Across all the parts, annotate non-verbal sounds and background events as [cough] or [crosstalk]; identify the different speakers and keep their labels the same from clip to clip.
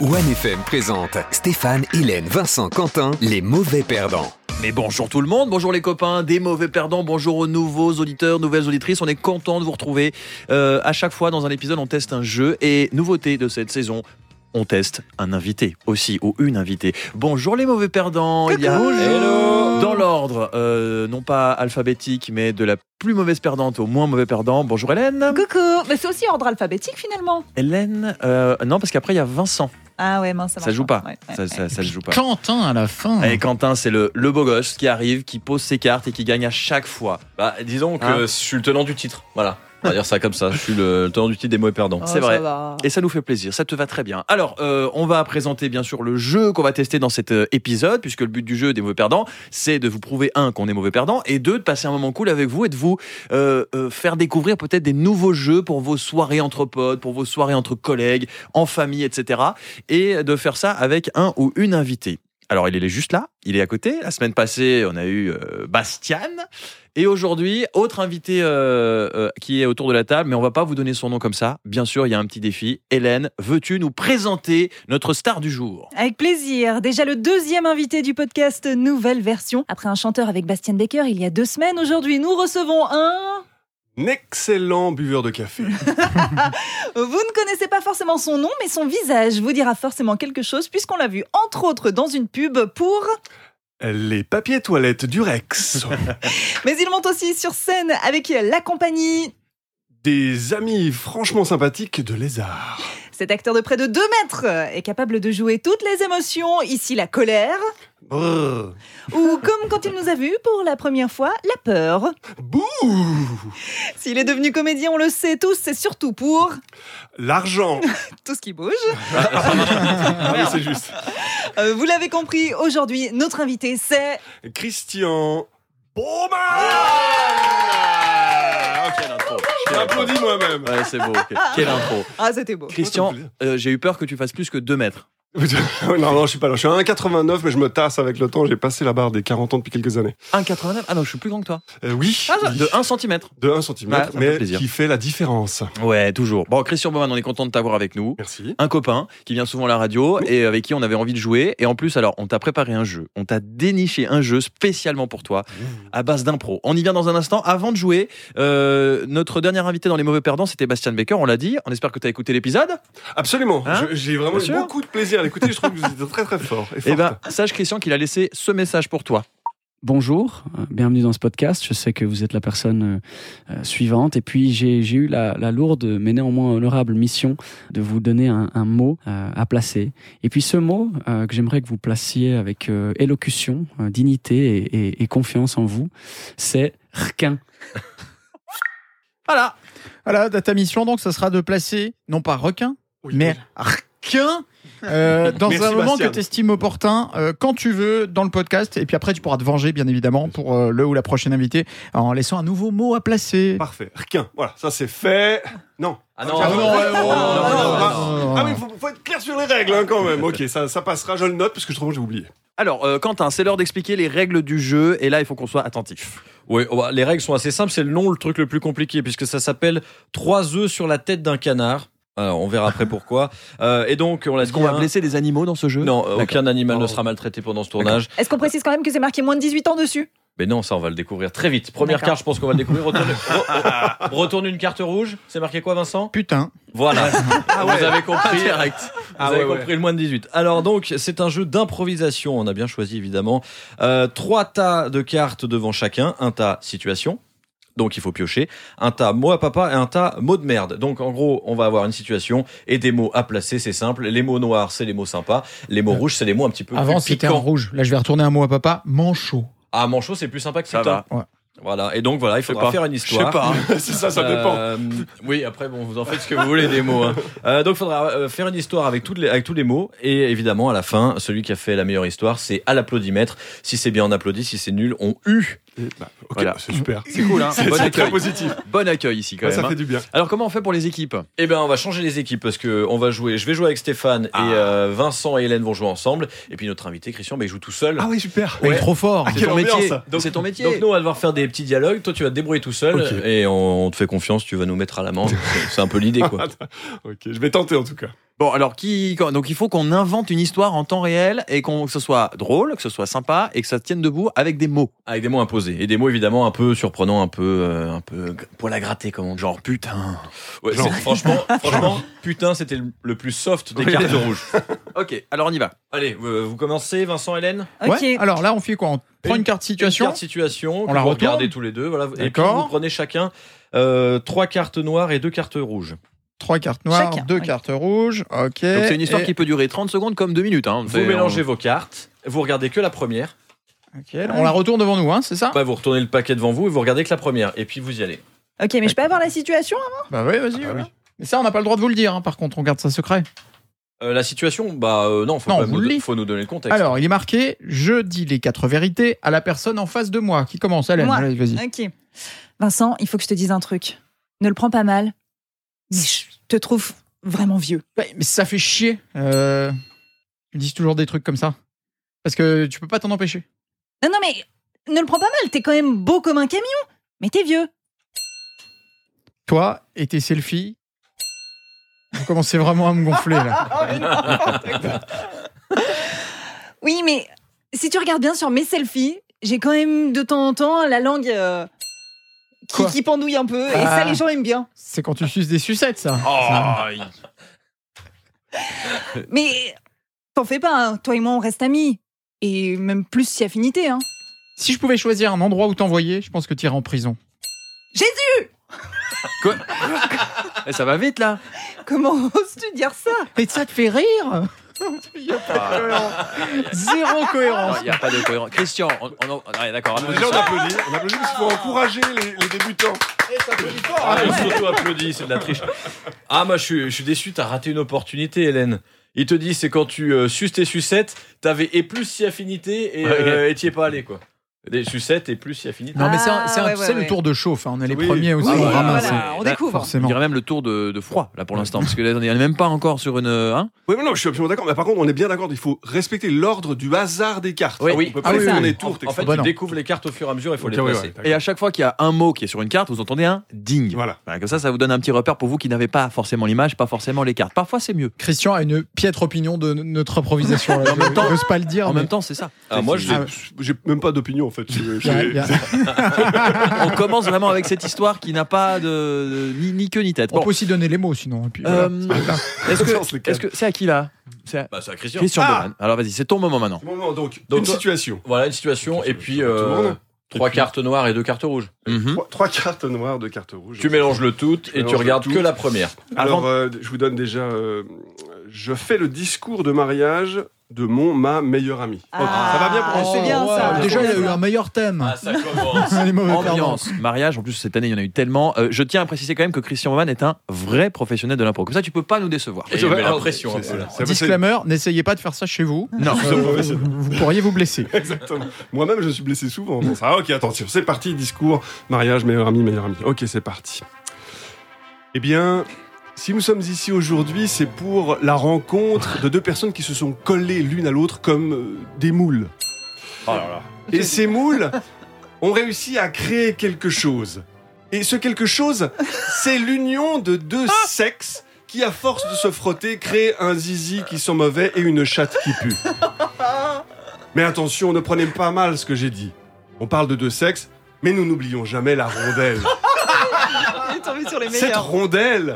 Speaker 1: OneFM présente Stéphane, Hélène, Vincent, Quentin, les mauvais perdants.
Speaker 2: Mais bonjour tout le monde, bonjour les copains des mauvais perdants, bonjour aux nouveaux auditeurs, nouvelles auditrices. On est content de vous retrouver. Euh, à chaque fois, dans un épisode, on teste un jeu et nouveauté de cette saison. On teste un invité aussi, ou une invitée. Bonjour les mauvais perdants. Il y a- Dans l'ordre, euh, non pas alphabétique, mais de la plus mauvaise perdante au moins mauvais perdant. Bonjour Hélène.
Speaker 3: Coucou Mais c'est aussi ordre alphabétique finalement
Speaker 2: Hélène, euh, non, parce qu'après il y a Vincent.
Speaker 3: Ah ouais, mince, ça
Speaker 2: Ça,
Speaker 3: marche
Speaker 2: joue pas.
Speaker 3: Ouais, ouais,
Speaker 2: ça, ça-
Speaker 3: ouais.
Speaker 2: ça joue pas.
Speaker 4: Quentin à la fin.
Speaker 2: Et Quentin, c'est le, le beau gosse qui arrive, qui pose ses cartes et qui gagne à chaque fois.
Speaker 5: Bah, disons que
Speaker 2: Hein
Speaker 5: je suis le tenant du titre. Voilà. On va dire ça comme ça. Je suis le tenant du titre des mauvais perdants.
Speaker 3: Oh,
Speaker 2: c'est vrai.
Speaker 3: ça va.
Speaker 2: Et ça nous fait plaisir, ça te va très bien. Alors, euh, on va présenter bien sûr le jeu qu'on va tester dans cet euh, épisode, puisque le but du jeu des mauvais perdants, c'est de vous prouver, un, qu'on est mauvais perdants, et deux, de passer un moment cool avec vous et de vous euh, euh, faire découvrir peut-être des nouveaux jeux pour vos soirées entre potes, pour vos soirées entre collègues, en famille, etc. Et de faire ça avec un ou une invitée. Alors, il est juste là, il est à côté. La semaine passée, on a eu euh, Bastian. Et aujourd'hui, autre invité euh, euh, qui est autour de la table, mais on va pas vous donner son nom comme ça. Bien sûr, il y a un petit défi. Hélène, veux-tu nous présenter notre star du jour
Speaker 3: Avec plaisir. Déjà le deuxième invité du podcast Nouvelle Version. Après un chanteur avec Bastien Becker il y a deux semaines, aujourd'hui nous recevons un...
Speaker 6: Un excellent buveur de café.
Speaker 3: Vous ne connaissez pas forcément son nom, mais son visage vous dira forcément quelque chose puisqu'on l'a vu entre autres dans une pub pour...
Speaker 6: Les papiers toilettes du Rex.
Speaker 3: Mais il monte aussi sur scène avec la compagnie...
Speaker 6: Des amis franchement sympathiques de lézard.
Speaker 3: Cet acteur de près de 2 mètres est capable de jouer toutes les émotions, ici la colère,
Speaker 6: Brrr.
Speaker 3: ou comme quand il nous a vus pour la première fois, la peur.
Speaker 6: Bouh
Speaker 3: S'il est devenu comédien, on le sait tous, c'est surtout pour
Speaker 6: L'argent.
Speaker 3: tout ce qui bouge.
Speaker 6: [laughs] Ah oui, c'est juste.
Speaker 3: Euh, vous l'avez compris, aujourd'hui, notre invité, c'est...
Speaker 6: Christian. Baumann
Speaker 2: Ah, Quelle intro
Speaker 6: Je m'applaudis moi-même. [laughs]
Speaker 2: Ouais, c'est beau. ok. Quelle intro
Speaker 3: Ah, c'était beau.
Speaker 2: Christian, euh, j'ai eu peur que tu fasses plus que 2 mètres.
Speaker 6: non, non, je suis pas là. Je suis à 1,89, mais je me tasse avec le temps. J'ai passé la barre des 40 ans depuis quelques années.
Speaker 2: 1,89 Ah non, je suis plus grand que toi.
Speaker 6: Euh, oui, oui.
Speaker 2: Ah, De 1 cm.
Speaker 6: de 1
Speaker 2: Ouais, ça
Speaker 6: cm,
Speaker 2: me fait
Speaker 6: mais
Speaker 2: plaisir.
Speaker 6: qui fait la différence.
Speaker 2: Ouais, toujours. Bon, Christian Baumann, on est content de t'avoir avec nous.
Speaker 6: Merci.
Speaker 2: un copain qui vient souvent à la radio et avec qui on avait envie de jouer. Et en plus, alors, on t'a préparé un jeu. On t'a déniché un jeu spécialement pour toi à base d'impro. On y vient dans un instant. Avant de jouer, euh, notre dernier invité dans Les Mauvais Perdants, c'était Bastien Baker. On l'a dit. On espère que t'as écouté l'épisode.
Speaker 6: Absolument.
Speaker 2: Hein
Speaker 6: Je- J'ai vraiment
Speaker 2: Bien
Speaker 6: eu
Speaker 2: sûr.
Speaker 6: beaucoup de plaisir à l'écouter. Je trouve que vous êtes très très fort. Et
Speaker 2: Eh
Speaker 6: forte.
Speaker 2: ben, sache, Christian, qu'il a laissé ce message pour toi.
Speaker 7: Bonjour, euh, bienvenue dans ce podcast. Je sais que vous êtes la personne euh, euh, suivante. Et puis, j'ai j'ai eu la, la lourde, mais néanmoins honorable mission de vous donner un, un mot euh, à placer. Et puis, ce mot euh, que j'aimerais que vous placiez avec euh, élocution, euh, dignité et, et- et confiance en vous, c'est requin.
Speaker 2: Voilà.
Speaker 4: Voilà, Ah ta mission donc, ce sera de placer, non pas requin,
Speaker 6: Oui.
Speaker 4: mais requin euh, dans
Speaker 6: Merci,
Speaker 4: un moment
Speaker 6: Bastien.
Speaker 4: que tu estimes opportun, euh, quand tu veux, dans le podcast. Et puis après, tu pourras te venger, bien évidemment, pour euh, le ou la prochaine invitée, en laissant un nouveau mot à placer.
Speaker 6: Parfait. Requin. Voilà, ça c'est fait. Non.
Speaker 5: Ah
Speaker 6: Ah non, ouais, ouais, ouais,
Speaker 5: non,
Speaker 6: ouais, ouais. Ah oui, faut, faut être clair sur les règles hein, quand même. Ok, ça, ça passera. Je le note parce que je trouve que j'ai oublié. [laughs]
Speaker 2: Alors, euh, Quentin, c'est l'heure d'expliquer les règles du jeu. Et là, il faut qu'on soit attentif.
Speaker 5: Ouais, oh, bah, les règles sont assez simples. C'est le nom, le truc le plus compliqué, puisque ça s'appelle Trois œufs sur la tête d'un canard. Alors, on verra après
Speaker 2: [laughs]
Speaker 5: pourquoi. Euh, et donc, on l'a
Speaker 2: Est-ce
Speaker 5: dit.
Speaker 2: qu'on va
Speaker 5: hein.
Speaker 2: blesser des animaux dans ce jeu
Speaker 5: Non, euh,
Speaker 2: D'accord.
Speaker 5: aucun animal ne
Speaker 2: Pardon.
Speaker 5: sera maltraité pendant ce tournage.
Speaker 3: Est-ce qu'on précise quand même que c'est marqué moins de 18 ans dessus
Speaker 5: Mais non, ça, on va le découvrir très vite. Première
Speaker 3: D'accord.
Speaker 5: carte, je pense qu'on va
Speaker 2: [laughs]
Speaker 5: le découvrir. Retourne, re- re- retourne une carte rouge. C'est marqué quoi, Vincent
Speaker 4: Putain.
Speaker 5: Voilà. [laughs] Vous avez compris. Vous
Speaker 6: Ah
Speaker 5: avez
Speaker 6: ouais, ouais.
Speaker 5: compris le moins de 18. Alors donc, c'est un jeu d'improvisation. On a bien choisi évidemment. Euh, trois tas de cartes devant chacun. Un tas situation. Donc il faut piocher. Un tas mot à papa et un tas mot de merde. Donc en gros, on va avoir une situation et des mots à placer. C'est simple. Les mots noirs, c'est les mots sympas. Les mots rouges, c'est les mots un petit peu
Speaker 4: Avant,
Speaker 5: plus
Speaker 4: c'était en
Speaker 5: piquants.
Speaker 4: rouge. Là, je vais retourner un mot à papa. Manchot.
Speaker 5: Ah manchot, c'est plus sympa que
Speaker 2: Ça
Speaker 5: piquant.
Speaker 4: va. Ouais.
Speaker 5: Voilà. Et donc voilà, il faudra
Speaker 2: pas.
Speaker 5: faire une
Speaker 2: Je sais
Speaker 5: histoire.
Speaker 2: pas.
Speaker 6: c'est ça, ça dépend.
Speaker 5: Euh, oui, après, bon, vous en faites ce que vous voulez des mots. hein. Euh, donc, il faudra euh, faire une histoire avec, toutes les, avec tous les mots. Et évidemment, à la fin, celui qui a fait la meilleure histoire, c'est à l'applaudimètre. Si c'est bien, on applaudit. Si c'est nul, on hue.
Speaker 6: Et bah, ok,
Speaker 2: Voilà.
Speaker 6: c'est super. Bah,
Speaker 2: C'est cool, hein
Speaker 6: C'est
Speaker 2: Bon
Speaker 6: c'est
Speaker 2: accueil.
Speaker 6: très positif.
Speaker 2: Bon accueil ici, quand
Speaker 6: Ouais,
Speaker 2: même.
Speaker 6: ça
Speaker 2: hein.
Speaker 6: fait du bien.
Speaker 2: Alors, comment on fait pour les équipes
Speaker 5: Eh bien, on va changer les équipes parce que on va jouer. Je vais jouer avec Stéphane
Speaker 6: Ah.
Speaker 5: et euh, Vincent et Hélène vont jouer ensemble. Et puis, notre invité, Christian, mais il joue tout seul.
Speaker 6: Ah oui, super.
Speaker 4: Il est trop fort.
Speaker 6: Ah,
Speaker 2: C'est ton
Speaker 6: Quelle ambiance.
Speaker 2: métier.
Speaker 5: Donc-
Speaker 2: C'est ton métier.
Speaker 5: Donc nous on va devoir faire des petits dialogues, toi tu vas te débrouiller tout seul
Speaker 6: Ok.
Speaker 2: [laughs]
Speaker 5: et on, on te fait confiance, tu vas nous mettre à l'amende, C'est- c'est un peu l'idée quoi.
Speaker 6: Ok, je vais tenter en tout cas.
Speaker 2: Bon, alors, qui. quand- Donc, il faut qu'on invente une histoire en temps réel et qu'on, que ce soit drôle, que ce soit sympa et que ça tienne debout avec des mots.
Speaker 5: Avec des mots imposés. Et des mots évidemment un peu surprenants, un peu, euh, un peu g- poil à gratter, comme on dit.
Speaker 2: Genre, putain.
Speaker 5: Ouais,
Speaker 6: Genre.
Speaker 5: c'est- Franchement,
Speaker 4: [laughs]
Speaker 5: franchement putain, c'était le, le plus soft des cartes rouges.
Speaker 2: Ok, alors on y va.
Speaker 5: Allez, euh, vous commencez, Vincent, Hélène
Speaker 3: Ok.
Speaker 4: Ouais. Alors là, on fait quoi On prend une carte situation.
Speaker 5: Une carte situation,
Speaker 4: On
Speaker 5: on
Speaker 4: la
Speaker 5: la vous
Speaker 4: retourne
Speaker 5: regardez tous les deux. Voilà. Et puis
Speaker 4: D'accord.
Speaker 5: vous prenez chacun euh, trois cartes noires et deux cartes rouges.
Speaker 4: Trois cartes noires,
Speaker 3: Chacun,
Speaker 4: deux
Speaker 3: ouais.
Speaker 4: cartes rouges. Ok.
Speaker 2: Donc, c'est une histoire
Speaker 4: Et-
Speaker 2: qui peut durer 30 secondes comme 2 minutes. Hein.
Speaker 5: Vous
Speaker 2: C'est-
Speaker 5: mélangez vos cartes, vous regardez que la première.
Speaker 4: Ok, On la retourne devant nous, hein, c'est ça
Speaker 5: Bah, vous retournez le paquet devant vous et vous regardez que la première. Et puis vous y allez.
Speaker 3: Ok, mais je peux avoir la situation
Speaker 4: Bah oui, vas-y. voilà. Mais ça, on n'a pas le droit de vous le dire. hein, par contre, on garde ça secret.
Speaker 5: Euh, la situation, bah euh, non, faut,
Speaker 4: Non,
Speaker 5: pas
Speaker 4: vous
Speaker 5: nous,
Speaker 4: le
Speaker 5: do-
Speaker 4: lisez.
Speaker 5: faut nous donner le contexte.
Speaker 4: Alors, il est marqué je dis les quatre vérités à la personne en face de moi. Qui commence Hélène,
Speaker 3: Moi.
Speaker 4: allez, vas-y.
Speaker 3: Ok. Vincent, il faut que je te dise un truc. Ne le prends pas mal. mais Je te trouve vraiment vieux.
Speaker 4: Ouais, mais ça fait chier. Euh, ils disent toujours des trucs comme ça. Parce que tu peux pas t'en empêcher.
Speaker 3: Non, non, mais ne le prends pas mal. T'es quand même beau comme un camion. Mais t'es vieux.
Speaker 4: Toi et tes selfies, vous commencez vraiment à me
Speaker 3: [laughs]
Speaker 4: gonfler là.
Speaker 3: Ah Oui, mais si tu regardes bien sur mes selfies, j'ai quand même de temps en temps la langue euh, qui,
Speaker 4: Quoi
Speaker 3: qui pendouille un peu. Et ça,
Speaker 4: Ah.
Speaker 3: les gens aiment bien.
Speaker 4: C'est quand tu suces des sucettes, ça.
Speaker 5: Oh,
Speaker 3: Mais t'en fais pas. hein. Toi et moi, on reste amis. Et même plus si affinité. Hein. [laughs]
Speaker 4: Si je pouvais choisir un endroit où t'envoyer, je pense que t'irais en prison.
Speaker 2: Eh, ça va vite là.
Speaker 3: Comment oses-tu dire ça
Speaker 4: Et ça te fait rire Il [laughs] y a pas de cohérence. Zéro cohérence.
Speaker 2: Il n'y a pas de cohérence. Christian, on, on en- ah, ouais, d'accord.
Speaker 6: Alors, Déjà, on applaudit. On applaudit parce qu'il faut encourager les, les débutants.
Speaker 5: Ah, on s'auto-applaudit, c'est de la triche. Ah, moi, je suis, je suis déçu, t'as raté une opportunité, Hélène. Il te dit, c'est quand tu euh, suces tes sucettes, t'avais et plus si affinité et euh, et t'y es pas allé, quoi. Des sucettes et plus si affinité.
Speaker 4: Non, mais c'est
Speaker 3: Ah,
Speaker 4: un- c'est un-
Speaker 3: ouais,
Speaker 4: tu
Speaker 3: ouais,
Speaker 4: sais,
Speaker 3: ouais.
Speaker 4: le tour de chauffe. hein, On est les
Speaker 5: Oui.
Speaker 4: premiers aussi.
Speaker 3: Oui,
Speaker 4: on ramasse,
Speaker 3: voilà, on
Speaker 2: Là,
Speaker 3: découvre.
Speaker 2: Je
Speaker 4: Forcément.
Speaker 2: dirais même le tour de, de froid, là, pour l'instant, parce que là, on n'est même pas encore sur une. Hein
Speaker 6: Oui, mais non, je suis absolument d'accord. Mais par contre, on est bien d'accord. Il faut respecter l'ordre du hasard des cartes.
Speaker 2: Oui.
Speaker 6: On peut
Speaker 4: Ah
Speaker 6: pas
Speaker 4: oui,
Speaker 6: les
Speaker 4: oui,
Speaker 6: tourner
Speaker 4: oui.
Speaker 6: tour.
Speaker 5: en, en fait,
Speaker 4: Bah,
Speaker 5: tu
Speaker 4: non.
Speaker 5: découvres les cartes au fur et à mesure, il faut les placer.
Speaker 2: et à chaque fois qu'il y a un mot qui est sur une carte, vous entendez un ding.
Speaker 6: Voilà.
Speaker 2: Voilà, comme ça, ça vous donne un petit repère pour vous qui n'avez pas forcément l'image, pas forcément les cartes. Parfois, c'est mieux.
Speaker 4: Christian a une piètre opinion de n- notre improvisation.
Speaker 2: [laughs]
Speaker 4: là.
Speaker 2: En même
Speaker 4: Je-
Speaker 2: temps-
Speaker 4: je n'ose pas le dire.
Speaker 2: En
Speaker 4: mais-
Speaker 2: même temps, c'est ça.
Speaker 5: Ah, moi, je-
Speaker 6: J'ai j'ai même pas d'opinion, en fait. Je- je-
Speaker 4: Il y a- il y a-
Speaker 2: On commence vraiment avec cette histoire qui n'a pas de, de- ni, ni queue ni tête.
Speaker 4: On
Speaker 2: Bon.
Speaker 4: peut aussi donner les mots sinon. et puis voilà.
Speaker 2: Euh, Est-ce
Speaker 4: [laughs]
Speaker 6: On se le
Speaker 2: que
Speaker 6: calme.
Speaker 2: est-ce que c'est à qui là C'est à
Speaker 5: Bah, c'est à Christian.
Speaker 2: Christian
Speaker 6: Ah
Speaker 2: Baumann. Alors vas-y, c'est ton moment maintenant.
Speaker 6: Bon, bon, donc,
Speaker 5: Donc,
Speaker 6: une
Speaker 5: toi-
Speaker 6: situation.
Speaker 5: Voilà une situation,
Speaker 6: bah,
Speaker 5: et puis
Speaker 6: le
Speaker 5: euh,
Speaker 6: monde. hein.
Speaker 5: trois
Speaker 6: Et puis-
Speaker 5: cartes noires et deux cartes rouges.
Speaker 2: Mhm.
Speaker 6: Trois, trois cartes noires, deux cartes rouges.
Speaker 5: Tu mélanges le tout et
Speaker 6: mélange
Speaker 5: tu
Speaker 6: le
Speaker 5: regardes
Speaker 6: tout.
Speaker 5: que la première.
Speaker 6: Alors, euh, je vous donne déjà. euh, je fais le discours de mariage de mon ma meilleure amie. Oh.
Speaker 3: Ah,
Speaker 6: ça va bien pour
Speaker 3: c'est
Speaker 2: Oh,
Speaker 6: l'instant.
Speaker 3: bien, ça.
Speaker 6: Ouais,
Speaker 4: Déjà,
Speaker 3: c'est
Speaker 4: il y a
Speaker 3: bien,
Speaker 4: eu
Speaker 3: ça.
Speaker 4: un meilleur [laughs] thème.
Speaker 5: Ah, ça commence.
Speaker 4: Les mauvais perdants.
Speaker 2: Ah, Ambiance, mariage, en plus cette année il y en a eu tellement. Euh, je tiens à préciser quand même que Christian Baumann est un vrai professionnel de l'impro. Comme ça tu peux pas nous décevoir.
Speaker 5: Et
Speaker 6: C'est
Speaker 5: il
Speaker 6: vrai.
Speaker 5: met la pression hein. un
Speaker 6: Oh. C'est-
Speaker 5: peu, là.
Speaker 6: c'est- c'est-
Speaker 4: Disclaimer, n'essayez pas de faire ça chez vous.
Speaker 2: Non.
Speaker 4: Euh, vous pourriez
Speaker 2: [laughs]
Speaker 4: vous blesser.
Speaker 6: [laughs] Exactement. Moi-même, je suis blessé souvent. Donc, Ah, ok, attention, c'est parti, discours, mariage, meilleur ami, meilleur ami. Ok, c'est parti. Eh bien, si nous sommes ici aujourd'hui, c'est pour la rencontre de deux personnes qui se sont collées l'une à l'autre comme euh, des moules.
Speaker 5: Oh là là.
Speaker 6: Et ces moules ont réussi à créer quelque chose. Et ce quelque chose, c'est l'union de deux sexes qui, à force de se frotter, crée un zizi qui sent mauvais et une chatte qui pue. Mais attention, ne prenez pas mal ce que j'ai dit. On parle de deux sexes, mais nous n'oublions jamais la rondelle.
Speaker 3: Il est tombé sur les
Speaker 6: Cette
Speaker 3: meilleurs.
Speaker 6: rondelle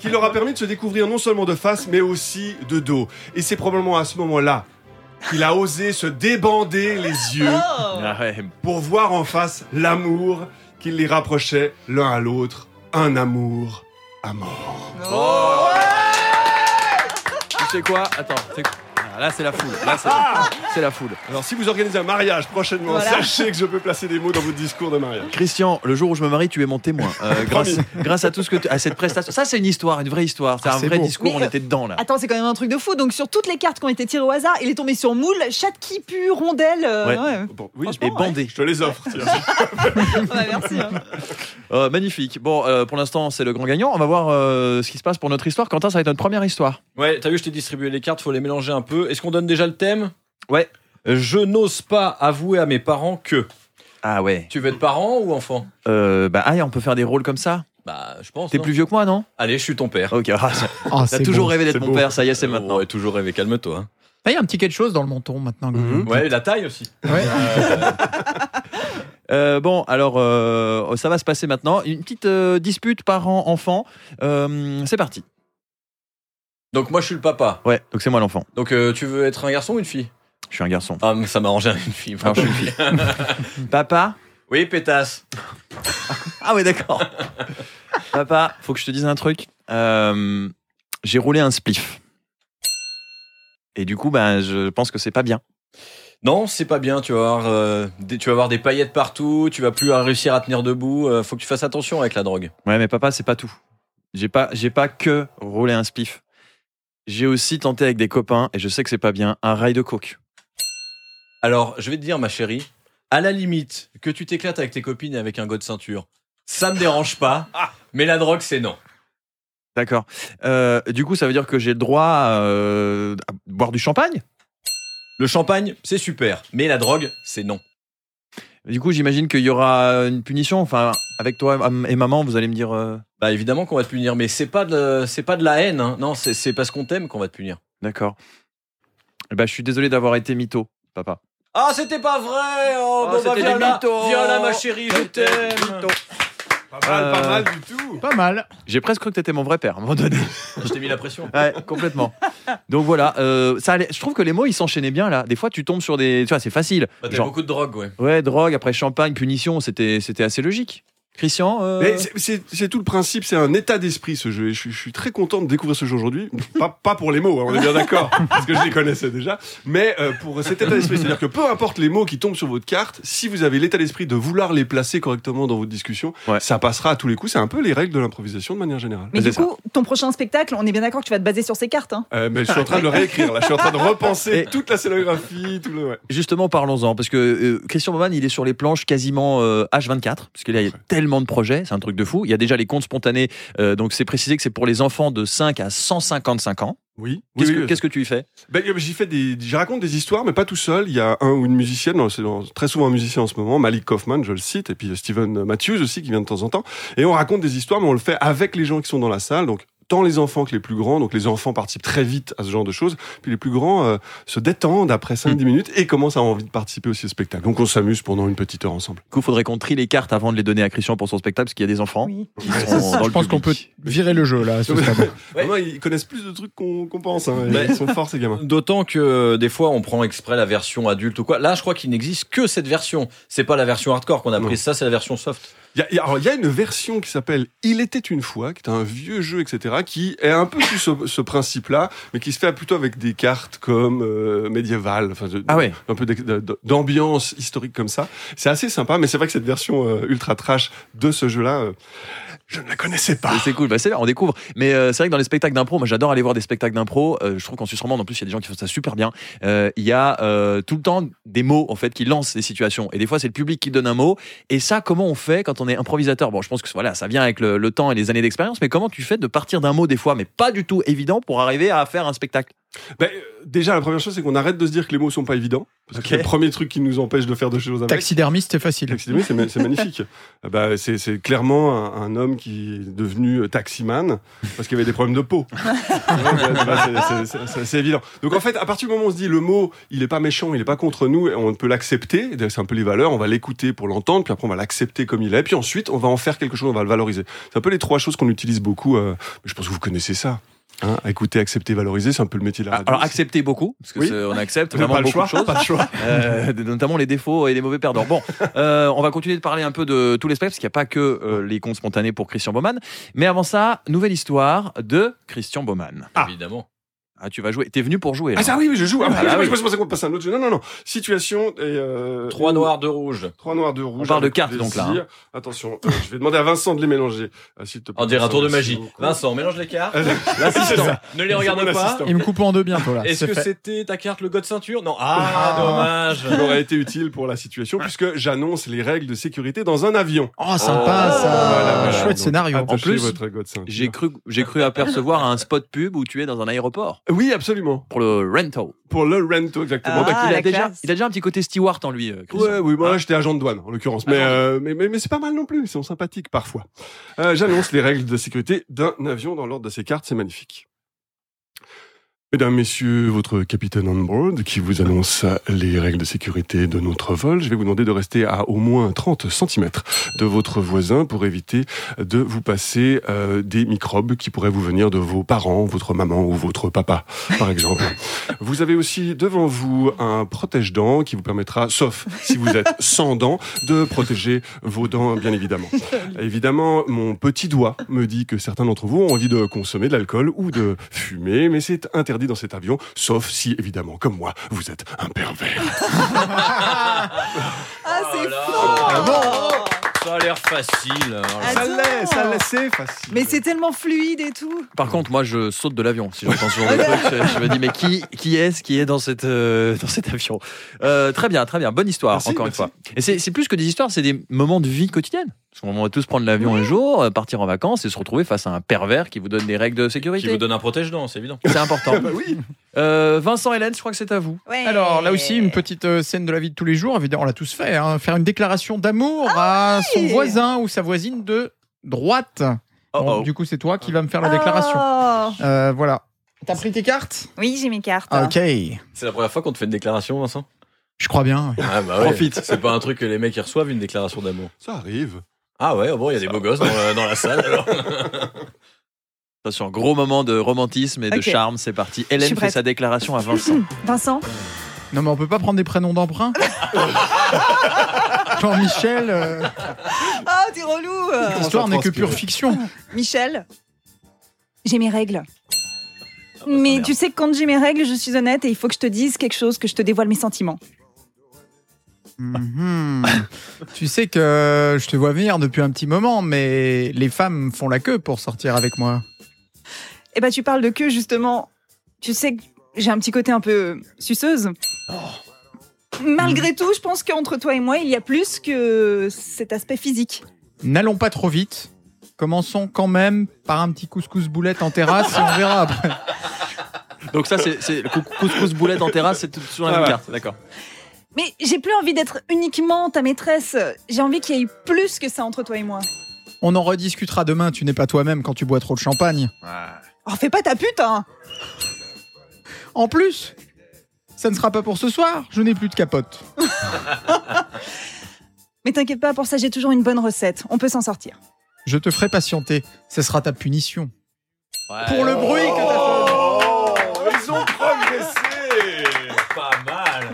Speaker 6: qui leur a permis de se découvrir non seulement de face, mais aussi de dos. Et c'est probablement à ce moment-là qu'il a osé se débander les yeux
Speaker 3: Oh.
Speaker 2: Ah ouais,
Speaker 6: pour voir en face l'amour qui les rapprochait l'un à l'autre, un amour à mort.
Speaker 3: Oh.
Speaker 2: Tu sais quoi Attends, c'est- Ah, là c'est la foule. Là c'est
Speaker 4: Ah
Speaker 2: c'est la foule.
Speaker 6: Alors si vous organisez un mariage prochainement,
Speaker 3: Voilà.
Speaker 6: sachez que je peux placer des mots dans votre discours de mariage.
Speaker 2: Christian, le jour où je me marie, tu es mon témoin.
Speaker 4: [laughs] Ah
Speaker 2: Euh, grâce, grâce à tout ce que tu, à cette prestation. Ça, c'est une histoire, une vraie histoire. C'est
Speaker 4: Ah,
Speaker 2: un
Speaker 4: c'est
Speaker 2: vrai
Speaker 4: beau.
Speaker 2: discours.
Speaker 3: Mais,
Speaker 2: on
Speaker 3: euh,
Speaker 2: était dedans là.
Speaker 3: Attends, c'est quand même un truc de fou. Donc, sur toutes les cartes qui ont été tirées au hasard, il est tombé sur moule, chatte qui pue, rondelle. euh,
Speaker 2: Ouais.
Speaker 3: ouais.
Speaker 6: Bon, oui,
Speaker 2: Et
Speaker 3: franchement,
Speaker 2: bandé.
Speaker 6: je te les offre. tiens.
Speaker 3: Ouais, merci. hein.
Speaker 2: Euh, magnifique. Bon, euh, pour l'instant, c'est le grand gagnant. On va voir euh, ce qui se passe pour notre histoire. Quentin, ça va être notre première histoire.
Speaker 5: Ouais, t'as vu, je t'ai distribué les cartes, faut les mélanger un peu. Est-ce qu'on donne déjà le thème
Speaker 2: Ouais.
Speaker 5: Euh, Je n'ose pas avouer à mes parents que.
Speaker 2: Ah ouais.
Speaker 5: Tu veux être parent ou enfant
Speaker 2: Euh, bah, ah, on peut faire des rôles comme ça.
Speaker 5: Bah, je pense.
Speaker 2: T'es
Speaker 5: non
Speaker 2: plus vieux que moi, non
Speaker 5: Allez, je suis ton père.
Speaker 2: Ok, [laughs] ah, ça-
Speaker 4: Ah,
Speaker 2: t'as
Speaker 4: c'est
Speaker 2: toujours
Speaker 4: beau.
Speaker 2: rêvé d'être
Speaker 6: c'est
Speaker 2: mon
Speaker 6: beau.
Speaker 2: père, ça y est, c'est maintenant.
Speaker 5: Ouais, toujours rêvé, calme-toi. hein.
Speaker 4: Ah, Il y a un petit quelque chose dans le menton maintenant. que
Speaker 2: Mmh.
Speaker 4: vous-
Speaker 6: Mhm.
Speaker 5: Ouais, la taille aussi.
Speaker 4: Ouais.
Speaker 5: Euh,
Speaker 2: Euh, bon, alors euh, ça va se passer maintenant. Une petite euh, dispute parent-enfant. Euh, c'est parti.
Speaker 5: donc, moi, je suis le papa.
Speaker 2: Ouais, donc c'est moi l'enfant.
Speaker 5: Donc, euh, tu veux être un garçon ou une fille
Speaker 2: Je suis un garçon.
Speaker 5: Ah, mais ça m'a arrangé [laughs] une fille.
Speaker 2: Alors, Ah, je suis une [laughs]
Speaker 5: fille.
Speaker 2: Papa
Speaker 5: oui, pétasse.
Speaker 2: Ah ouais, d'accord. [laughs] Papa, faut que je te dise un truc. Euh, J'ai roulé un spliff. Et du coup, ben, je pense que c'est pas bien.
Speaker 5: Non, c'est pas bien. Tu vas, avoir, euh, des, tu vas avoir des paillettes partout. Tu vas plus à réussir à tenir debout. euh, faut que tu fasses attention avec la drogue.
Speaker 2: Ouais, mais papa, c'est pas tout. J'ai pas, j'ai pas que roulé un spliff. J'ai aussi tenté avec des copains, et je sais que c'est pas bien, un rail de coke.
Speaker 5: Alors, je vais te dire, ma chérie, à la limite, que tu t'éclates avec tes copines et avec un god de ceinture, ça me dérange pas.
Speaker 2: Ah.
Speaker 5: Mais la drogue, c'est non.
Speaker 2: D'accord. Euh, du coup, ça veut dire que j'ai le droit à, euh, à boire du champagne
Speaker 5: Le champagne, c'est super. Mais la drogue, c'est non.
Speaker 2: Du coup, j'imagine qu'il y aura une punition. Enfin, avec toi et maman, vous allez me dire. euh,
Speaker 5: Bah évidemment qu'on va te punir, mais c'est pas de c'est pas de la haine, hein. non, c'est c'est parce qu'on t'aime qu'on va te punir.
Speaker 2: D'accord. Eh ben, je suis désolé d'avoir été mytho, papa.
Speaker 5: Ah c'était pas vrai, oh,
Speaker 2: bah, bah, viens là, viens là, ma
Speaker 5: chérie,
Speaker 6: Pas mal, pas
Speaker 2: Euh,
Speaker 6: mal du tout.
Speaker 4: Pas mal.
Speaker 2: J'ai presque cru que t'étais mon vrai père à un moment
Speaker 6: [laughs]
Speaker 2: donné.
Speaker 5: Je t'ai mis la pression.
Speaker 2: Ouais, complètement. Donc voilà, euh, ça allait- je trouve que les mots ils s'enchaînaient bien là. Des fois tu tombes sur des. Tu vois, c'est facile.
Speaker 5: Bah, t'as
Speaker 2: Genre,
Speaker 5: beaucoup de drogue, ouais.
Speaker 2: ouais, drogue, après champagne, punition, c'était c'était assez logique. Christian euh,
Speaker 6: Mais c'est- c'est c'est tout le principe, c'est un état d'esprit ce jeu. Et je, suis- je suis très content de découvrir ce jeu aujourd'hui. Pas, pas pour les mots, hein, on est bien [laughs] d'accord, parce que je les connaissais déjà. Mais euh, pour cet état d'esprit, c'est-à-dire que peu importe les mots qui tombent sur votre carte, si vous avez l'état d'esprit de vouloir les placer correctement dans votre discussion,
Speaker 2: Ouais.
Speaker 6: ça passera à tous les coups. C'est un peu les règles de l'improvisation de manière générale.
Speaker 3: Mais
Speaker 2: C'est
Speaker 3: du
Speaker 2: ça.
Speaker 3: coup, ton prochain spectacle, on est bien d'accord que tu vas te baser sur ces cartes. Hein.
Speaker 6: Euh, mais je suis en train de le réécrire là. Je suis en train de
Speaker 2: [laughs]
Speaker 6: repenser
Speaker 2: Et-
Speaker 6: toute la scénographie, tout le. ouais.
Speaker 2: Justement, parlons-en, parce que euh, Christian Baumann, il est sur les planches quasiment euh, H24, parce qu'il y a tellement de projets, c'est un truc de fou. Il y a déjà les comptes spontanés, euh, donc c'est précisé que c'est pour les enfants de 5 à 155 ans.
Speaker 6: Oui.
Speaker 2: Qu'est-ce
Speaker 6: Oui,
Speaker 2: que-
Speaker 6: oui.
Speaker 2: qu'est-ce que tu y fais
Speaker 6: Ben, euh, j'y fais des, j'y raconte des histoires, mais pas tout seul. Il y a un ou une musicienne, non, c'est dans- très souvent un musicien en ce moment, Malik Kaufman, je le cite, et puis euh, Steven Matthews aussi qui vient de temps en temps. Et on raconte des histoires, mais on le fait avec les gens qui sont dans la salle, donc tant les enfants que les plus grands. Donc les enfants participent très vite à ce genre de choses, puis les plus grands euh, se détendent après 5-10 minutes et commencent à avoir envie de participer aussi au spectacle. Donc on s'amuse pendant une petite heure ensemble.
Speaker 2: Du coup, faudrait qu'on trie les cartes avant de les donner à Christian pour son spectacle, parce qu'il y a des enfants.
Speaker 3: Oui.
Speaker 2: qui sont dans
Speaker 4: Je
Speaker 2: le
Speaker 4: pense qu'on peut
Speaker 2: public.
Speaker 4: virer le jeu là. à
Speaker 6: [laughs]
Speaker 4: ce stade.
Speaker 5: Ouais.
Speaker 6: Vraiment, ils connaissent plus de trucs qu'on qu'on pense. hein.
Speaker 5: Ouais.
Speaker 6: Ils sont forts ces gamins.
Speaker 5: D'autant que euh, des fois on prend exprès la version adulte ou quoi. Là je crois qu'il n'existe que cette version. C'est pas la version hardcore qu'on a
Speaker 6: Non.
Speaker 5: prise, ça c'est la version soft.
Speaker 6: Il y, a- il y a- alors, il y a une version qui s'appelle Il était une fois, qui est un vieux jeu, etc., qui est un peu sur ce, ce principe-là, mais qui se fait plutôt avec des cartes comme euh, médiévales, enfin, de-
Speaker 2: Ah ouais,
Speaker 6: un peu d'ex- de- de- d'ambiance historique comme ça. C'est assez sympa, mais c'est vrai que cette version euh, ultra trash de ce jeu-là, euh, je ne la connaissais pas.
Speaker 2: c'est cool. Bah, c'est bien, on découvre. Mais euh, c'est vrai que dans les spectacles d'impro, moi j'adore aller voir des spectacles d'impro. Euh, je trouve qu'en Suisse romande, en plus, il y a des gens qui font ça super bien. Euh, Il y a euh, tout le temps des mots en fait qui lancent des situations. Et des fois, c'est le public qui donne un mot. Et ça, comment on fait quand on est improvisateur Bon, je pense que voilà, ça vient avec le, le temps et les années d'expérience. Mais comment tu fais de partir d'un mot des fois, mais pas du tout évident, pour arriver à faire un spectacle
Speaker 6: Ben, euh, déjà, la première chose, c'est qu'on arrête de se dire que les mots sont pas évidents. Parce que
Speaker 2: Ok.
Speaker 6: c'est le premier truc qui nous empêche de faire de choses avec.
Speaker 4: Taxidermiste, c'est facile.
Speaker 6: Taxidermie, c'est ma- c'est magnifique. Euh, bah, c'est c'est clairement un, un homme qui est devenu euh, taximan parce qu'il avait des problèmes de peau. [laughs] Ouais, bah, bah, c'est- c'est- c'est- C'est évident. Donc en fait, à partir du moment où on se dit le mot, il est pas méchant, il est pas contre nous, et on peut l'accepter. C'est un peu les valeurs. On va l'écouter pour l'entendre, puis après on va l'accepter comme il est, puis ensuite on va en faire quelque chose, on va le valoriser. C'est un peu les trois choses qu'on utilise beaucoup. euh, je pense que vous connaissez ça. Hein, écouter, accepter, valoriser, c'est un peu le métier de la radio.
Speaker 2: Alors accepter beaucoup, parce que
Speaker 6: Ah, Oui.
Speaker 2: c'est- on
Speaker 6: [laughs]
Speaker 2: accepte
Speaker 6: On n'a
Speaker 2: vraiment
Speaker 6: pas le
Speaker 2: beaucoup
Speaker 6: choix,
Speaker 2: de choses.
Speaker 6: pas le choix.
Speaker 2: [laughs] Euh, notamment les défauts et les mauvais perdants. Bon, euh, on va continuer de parler un peu de tous les spectacles, parce qu'il n'y a pas que euh, les comptes spontanés pour Christian Baumann. Mais avant ça, nouvelle histoire de Christian Baumann.
Speaker 6: Ah.
Speaker 5: Évidemment.
Speaker 2: Ah, tu vas jouer. T'es venu pour jouer. là.
Speaker 6: Ah ça oui, oui, je joue. Ah,
Speaker 2: Ah, bah
Speaker 6: oui,
Speaker 2: oui.
Speaker 6: je pensais qu'on passait à un autre jeu. Non, non, non. Situation et... Euh,
Speaker 5: Trois noirs, deux rouges.
Speaker 6: Trois noirs, deux rouges.
Speaker 2: parle de
Speaker 6: avec
Speaker 2: cartes,
Speaker 6: des
Speaker 2: donc, là,
Speaker 6: cires. Attention, euh, je vais demander à Vincent de les mélanger. Euh, s'il te plaît,
Speaker 5: On dirait un
Speaker 6: Vincent,
Speaker 5: tour de
Speaker 6: merci
Speaker 5: magie.
Speaker 6: beaucoup.
Speaker 5: Vincent, mélange les cartes.
Speaker 6: Euh,
Speaker 5: L'assistant.
Speaker 6: ça.
Speaker 5: Ne les
Speaker 6: C'est
Speaker 5: regarde
Speaker 6: mon
Speaker 5: pas.
Speaker 6: assistant.
Speaker 4: Il me coupe en deux bientôt là.
Speaker 5: Est-ce
Speaker 4: C'est
Speaker 5: que
Speaker 4: fait.
Speaker 5: c'était ta carte le god ceinture Non.
Speaker 4: Ah.
Speaker 5: Ah, dommage.
Speaker 6: Il aurait été utile pour la situation puisque j'annonce les règles de sécurité dans un avion.
Speaker 4: Oh sympa
Speaker 2: Oh.
Speaker 4: ça.
Speaker 2: Voilà,
Speaker 4: Chouette
Speaker 6: voilà, donc,
Speaker 4: scénario.
Speaker 6: Attachez
Speaker 2: plus,
Speaker 6: votre god ceinture.
Speaker 2: J'ai cru, j'ai cru apercevoir un spot pub où tu es dans un aéroport.
Speaker 6: Oui, absolument.
Speaker 2: pour le rental.
Speaker 6: Pour le rento, exactement.
Speaker 3: Ah,
Speaker 2: Donc, il,
Speaker 3: la
Speaker 2: a déjà,
Speaker 3: classe.
Speaker 2: il a déjà un petit côté Stewart en lui, euh, Christian.
Speaker 6: Ouais, oui, moi j'étais Hein agent de douane en l'occurrence, mais, euh, mais mais mais c'est pas mal non plus, ils sont sympathiques parfois. Euh, J'annonce les règles de sécurité d'un avion dans l'ordre de ses cartes, c'est magnifique. Mesdames, messieurs, votre capitaine on board qui vous annonce les règles de sécurité de notre vol. Je vais vous demander de rester à au moins 30 cm de votre voisin pour éviter de vous passer euh, des microbes qui pourraient vous venir de vos parents, votre maman ou votre papa, par exemple. Vous avez aussi devant vous un protège-dents qui vous permettra, sauf si vous êtes sans dents, de protéger vos dents, bien évidemment. Évidemment, mon petit doigt me dit que certains d'entre vous ont envie de consommer de l'alcool ou de fumer, mais c'est interdit dans cet avion, sauf si, évidemment, comme moi, vous êtes un pervers.
Speaker 3: Ah, c'est
Speaker 5: là.
Speaker 3: fort
Speaker 5: Ah Ça a l'air facile. Alors,
Speaker 3: Ah,
Speaker 5: ça-
Speaker 6: Ça l'est, ça
Speaker 3: Attends.
Speaker 6: l'est, c'est facile.
Speaker 3: Mais c'est tellement fluide et tout.
Speaker 2: Par contre, moi, je saute de l'avion si j'entends ce genre de truc. Je me dis, mais qui, qui est-ce qui est dans, cette, euh, dans cet avion Euh, Très bien, très bien. Bonne histoire,
Speaker 6: Merci,
Speaker 2: encore
Speaker 6: merci.
Speaker 2: une fois. Et c'est c'est plus que des histoires, c'est des moments de vie quotidienne. Parce qu'on va tous prendre l'avion un jour, euh, partir en vacances et se retrouver face à un pervers qui vous donne des règles de
Speaker 5: Qui
Speaker 2: sécurité.
Speaker 5: vous donne un protège-dents, c'est évident.
Speaker 2: C'est important.
Speaker 6: Bah oui.
Speaker 2: Euh, Vincent, Hélène, je crois que c'est à vous.
Speaker 3: Ouais.
Speaker 4: Alors là aussi, une petite euh, scène de la vie de tous les jours, évidemment, on l'a tous fait, hein. faire une déclaration d'amour à son
Speaker 3: oui
Speaker 4: voisin ou sa voisine de droite. Bon,
Speaker 2: Oh, oh.
Speaker 4: Du coup, c'est toi qui vas me faire
Speaker 3: Ah.
Speaker 4: la déclaration.
Speaker 3: Oh.
Speaker 4: Euh, voilà. T'as pris tes cartes
Speaker 3: Oui, j'ai mes cartes.
Speaker 4: Ok.
Speaker 5: C'est la première fois qu'on te fait une déclaration, Vincent
Speaker 4: Je crois bien. ouais.
Speaker 5: Ah bah Profite. C'est pas un truc que les mecs ils reçoivent, une déclaration d'amour.
Speaker 6: Ça arrive.
Speaker 5: Ah ouais, bon, il y a des beaux gosses dans, euh, dans la salle alors. [laughs]
Speaker 2: Attention, gros moment de romantisme et de
Speaker 3: Ok.
Speaker 2: charme, c'est parti.
Speaker 3: Je
Speaker 2: Hélène
Speaker 3: suis
Speaker 2: fait
Speaker 3: prête.
Speaker 2: sa déclaration à
Speaker 3: [laughs]
Speaker 2: Vincent.
Speaker 3: [clears throat] Vincent
Speaker 4: Non, mais on peut pas prendre des prénoms d'emprunt Jean-Michel, euh,
Speaker 3: Ah, t'es relou euh.
Speaker 4: l'histoire n'est que
Speaker 6: transpire.
Speaker 4: pure fiction.
Speaker 3: Michel J'ai mes règles. Mais tu sais que quand j'ai mes règles, je suis honnête et il faut que je te dise quelque chose, que je te dévoile mes sentiments.
Speaker 4: Mhm. [laughs] tu sais que je te vois venir depuis un petit moment, mais les femmes font la queue pour sortir avec moi.
Speaker 3: Eh ben, tu parles de que justement. Tu sais que j'ai un petit côté un peu suceuse.
Speaker 4: Oh.
Speaker 3: Malgré tout, je pense qu'entre toi et moi, il y a plus que cet aspect physique.
Speaker 4: N'allons pas trop vite. Commençons quand même par un petit couscous boulette en terrasse et on verra après.
Speaker 2: Donc, ça, c'est c'est le cou- couscous boulette en terrasse, c'est tout- sur la
Speaker 6: Ah
Speaker 2: même
Speaker 6: ouais.
Speaker 2: carte. D'accord.
Speaker 3: Mais j'ai plus envie d'être uniquement ta maîtresse. J'ai envie qu'il y ait plus que ça entre toi et moi.
Speaker 4: On en rediscutera demain, tu n'es pas toi-même quand tu bois trop de champagne.
Speaker 3: Oh, fais pas ta pute, hein
Speaker 4: En plus, ça ne sera pas pour ce soir, je n'ai plus de capote.
Speaker 3: Mais t'inquiète pas, pour ça, j'ai toujours une bonne recette. On peut s'en sortir.
Speaker 4: Je te ferai patienter, ce sera ta punition.
Speaker 2: Ouais.
Speaker 4: Pour le bruit que t'as fait.
Speaker 6: Oh, ils ont progressé.
Speaker 5: Pas mal.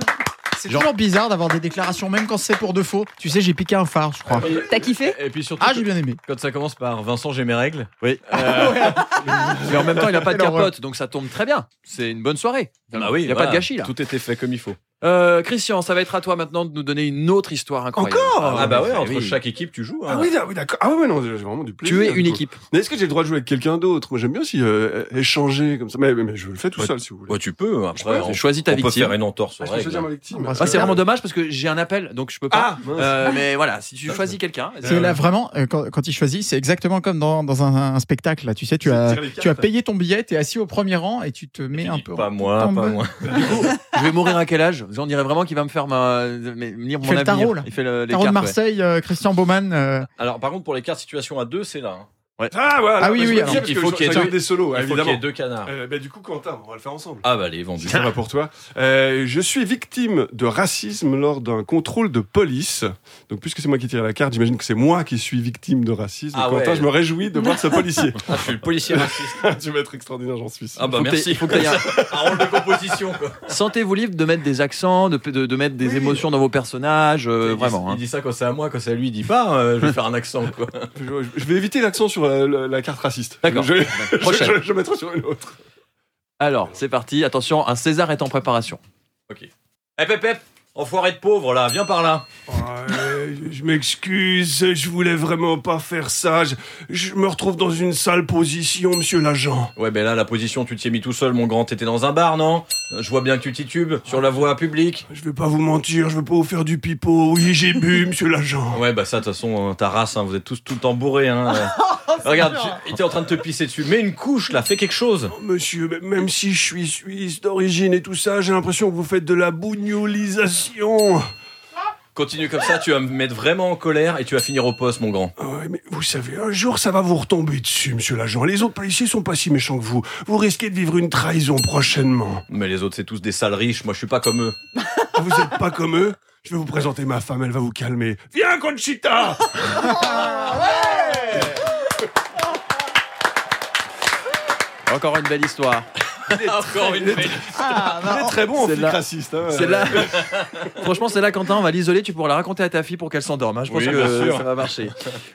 Speaker 4: C'est toujours bizarre d'avoir des déclarations, même quand c'est pour de faux. Tu sais, j'ai piqué un phare, je crois.
Speaker 3: T'as kiffé
Speaker 5: Et puis surtout,
Speaker 4: Ah, j'ai bien aimé.
Speaker 5: quand ça commence par Vincent, j'ai mes règles.
Speaker 2: Oui. Mais en même temps, il n'a pas de
Speaker 4: [laughs] Quelle horreur.
Speaker 2: capote, donc ça tombe très bien. C'est une bonne soirée.
Speaker 5: Bah oui,
Speaker 2: il n'y a
Speaker 5: voilà.
Speaker 2: pas de gâchis là.
Speaker 5: Tout était fait comme il faut.
Speaker 2: Euh, Christian, ça va être à toi maintenant de nous donner une autre histoire incroyable.
Speaker 6: Encore
Speaker 5: Ah bah ouais,
Speaker 2: oui.
Speaker 5: entre chaque équipe, tu joues. hein.
Speaker 6: Ah oui, d'ac- oui, d'accord. Ah ouais, non, j'ai vraiment du plaisir.
Speaker 2: Tu es une
Speaker 6: du coup.
Speaker 2: équipe.
Speaker 6: Mais est-ce que j'ai le droit de jouer avec quelqu'un d'autre Moi, j'aime bien aussi euh, échanger comme ça. Mais, mais- mais je le fais tout
Speaker 5: Ouais.
Speaker 6: seul, si vous voulez.
Speaker 5: Ouais, tu peux. Après, on,
Speaker 2: Choisis ta
Speaker 5: on peut
Speaker 2: victime.
Speaker 5: faire une entorse aux
Speaker 6: Ah, je peux
Speaker 5: règles.
Speaker 6: choisir ma victime.
Speaker 4: Parce
Speaker 2: Ah,
Speaker 4: que-
Speaker 2: c'est vraiment dommage parce que j'ai un appel, donc je peux pas.
Speaker 6: Ah, mince.
Speaker 2: Euh, mais voilà, si tu choisis quelqu'un.
Speaker 4: C'est là vraiment, euh, quand, quand il choisit, c'est exactement comme dans, dans un, un spectacle. Là. Tu sais, tu
Speaker 6: Je
Speaker 4: as,
Speaker 6: tire les cartes.
Speaker 4: tu as payé ton billet, t'es assis au premier rang et tu te mets un peu.
Speaker 5: Pas moi,
Speaker 4: Tombe.
Speaker 5: pas moi.
Speaker 2: Euh, Je vais mourir à quel âge J'en dirais vraiment qu'il va me faire ma, me- me lire mon
Speaker 4: fait le
Speaker 2: avenir.
Speaker 4: tarot, là.
Speaker 2: Il fait le, les
Speaker 4: Tarot de
Speaker 2: cartes, ouais.
Speaker 4: Marseille, euh, Christian Baumann. euh,
Speaker 5: Alors par contre, pour les cartes situation à deux, c'est là. hein.
Speaker 6: Ah, ouais,
Speaker 4: Ah oui, oui, alors.
Speaker 6: il faut qu'il y ait des solos,
Speaker 5: Il faut qu'il y
Speaker 6: évidemment.
Speaker 5: ait deux canards.
Speaker 6: Euh, bah, du coup, Quentin, on va le faire ensemble.
Speaker 5: Ah bah les vendus.
Speaker 6: Ça va pour toi. [laughs] Euh, je suis victime de racisme lors d'un contrôle de police. Donc, puisque c'est moi qui tire la carte, j'imagine que c'est moi qui suis victime de racisme.
Speaker 5: Ah
Speaker 6: Quentin,
Speaker 5: ouais.
Speaker 6: je me réjouis de voir ce policier. [laughs]
Speaker 5: Ah, je suis le policier raciste.
Speaker 6: tu vas être extraordinaire, j'en suis sûr.
Speaker 5: Ah bah
Speaker 2: Faut que t'aies-
Speaker 5: merci.
Speaker 2: faut que
Speaker 5: [laughs]
Speaker 2: t'aies un-
Speaker 5: Un rôle de composition quoi.
Speaker 2: Sentez-vous libre de mettre des accents, de, de, de mettre des émotions dans vos personnages, euh,
Speaker 5: Il dit-
Speaker 2: vraiment.
Speaker 5: Il
Speaker 2: hein.
Speaker 5: dit ça quand c'est à moi, quand c'est à lui, il dit pas. euh, je vais faire un accent quoi.
Speaker 6: Je je vais éviter l'accent sur la, la- la carte raciste.
Speaker 2: D'accord.
Speaker 6: Je,
Speaker 2: Prochaine.
Speaker 6: je, je- je mettrai sur une autre.
Speaker 2: Alors, c'est parti. Attention, un César est en préparation.
Speaker 5: [laughs] Hep hep hep. Enfoiré de pauvre là, viens par là.
Speaker 6: Ouais, Oh, euh, je m'excuse, je voulais vraiment pas faire ça. Je, je me retrouve dans une sale position, monsieur l'agent.
Speaker 5: Ouais, ben là, la position, tu t'y es mis tout seul, mon grand. T'étais dans un bar, non Je vois bien que tu titubes sur la voie publique.
Speaker 6: Je vais pas vous mentir, je veux pas vous faire du pipeau. Oui, j'ai bu, monsieur l'agent.
Speaker 5: Ouais, bah ça, de toute façon, hein, ta race, hein, vous êtes tous tout le temps bourrés. Hein. [laughs] Regarde, tu- il était en train de te pisser dessus. Mets une couche, là, fais quelque chose.
Speaker 6: Monsieur, m- même si je suis suisse d'origine et tout ça, j'ai l'impression que vous faites de la bougnolisation.
Speaker 5: Continue comme ça, tu vas me mettre vraiment en colère et tu vas finir au poste, mon grand.
Speaker 6: Ah ouais, mais vous savez, un jour ça va vous retomber dessus, monsieur l'agent. Les autres policiers sont pas si méchants que vous. Vous risquez de vivre une trahison prochainement.
Speaker 5: Mais les autres, c'est tous des sales riches. Moi, je suis pas comme eux.
Speaker 6: Ah, Vous êtes pas comme eux Je vais vous présenter ma femme, elle va vous calmer. Viens, Conchita
Speaker 2: Ah Encore une belle histoire.
Speaker 5: [laughs] Encore une belle.
Speaker 3: Ah,
Speaker 6: Il est très bon
Speaker 2: bah,
Speaker 6: en
Speaker 2: C'est
Speaker 6: flic
Speaker 2: là-
Speaker 6: raciste.
Speaker 5: Euh,
Speaker 6: hein.
Speaker 2: C'est là. [laughs] Franchement, c'est là, Quentin, on va l'isoler. Tu pourras la raconter à ta fille pour qu'elle s'endorme. hein. Je pense
Speaker 5: Oui, bien
Speaker 2: que
Speaker 5: sûr.
Speaker 2: ça va marcher.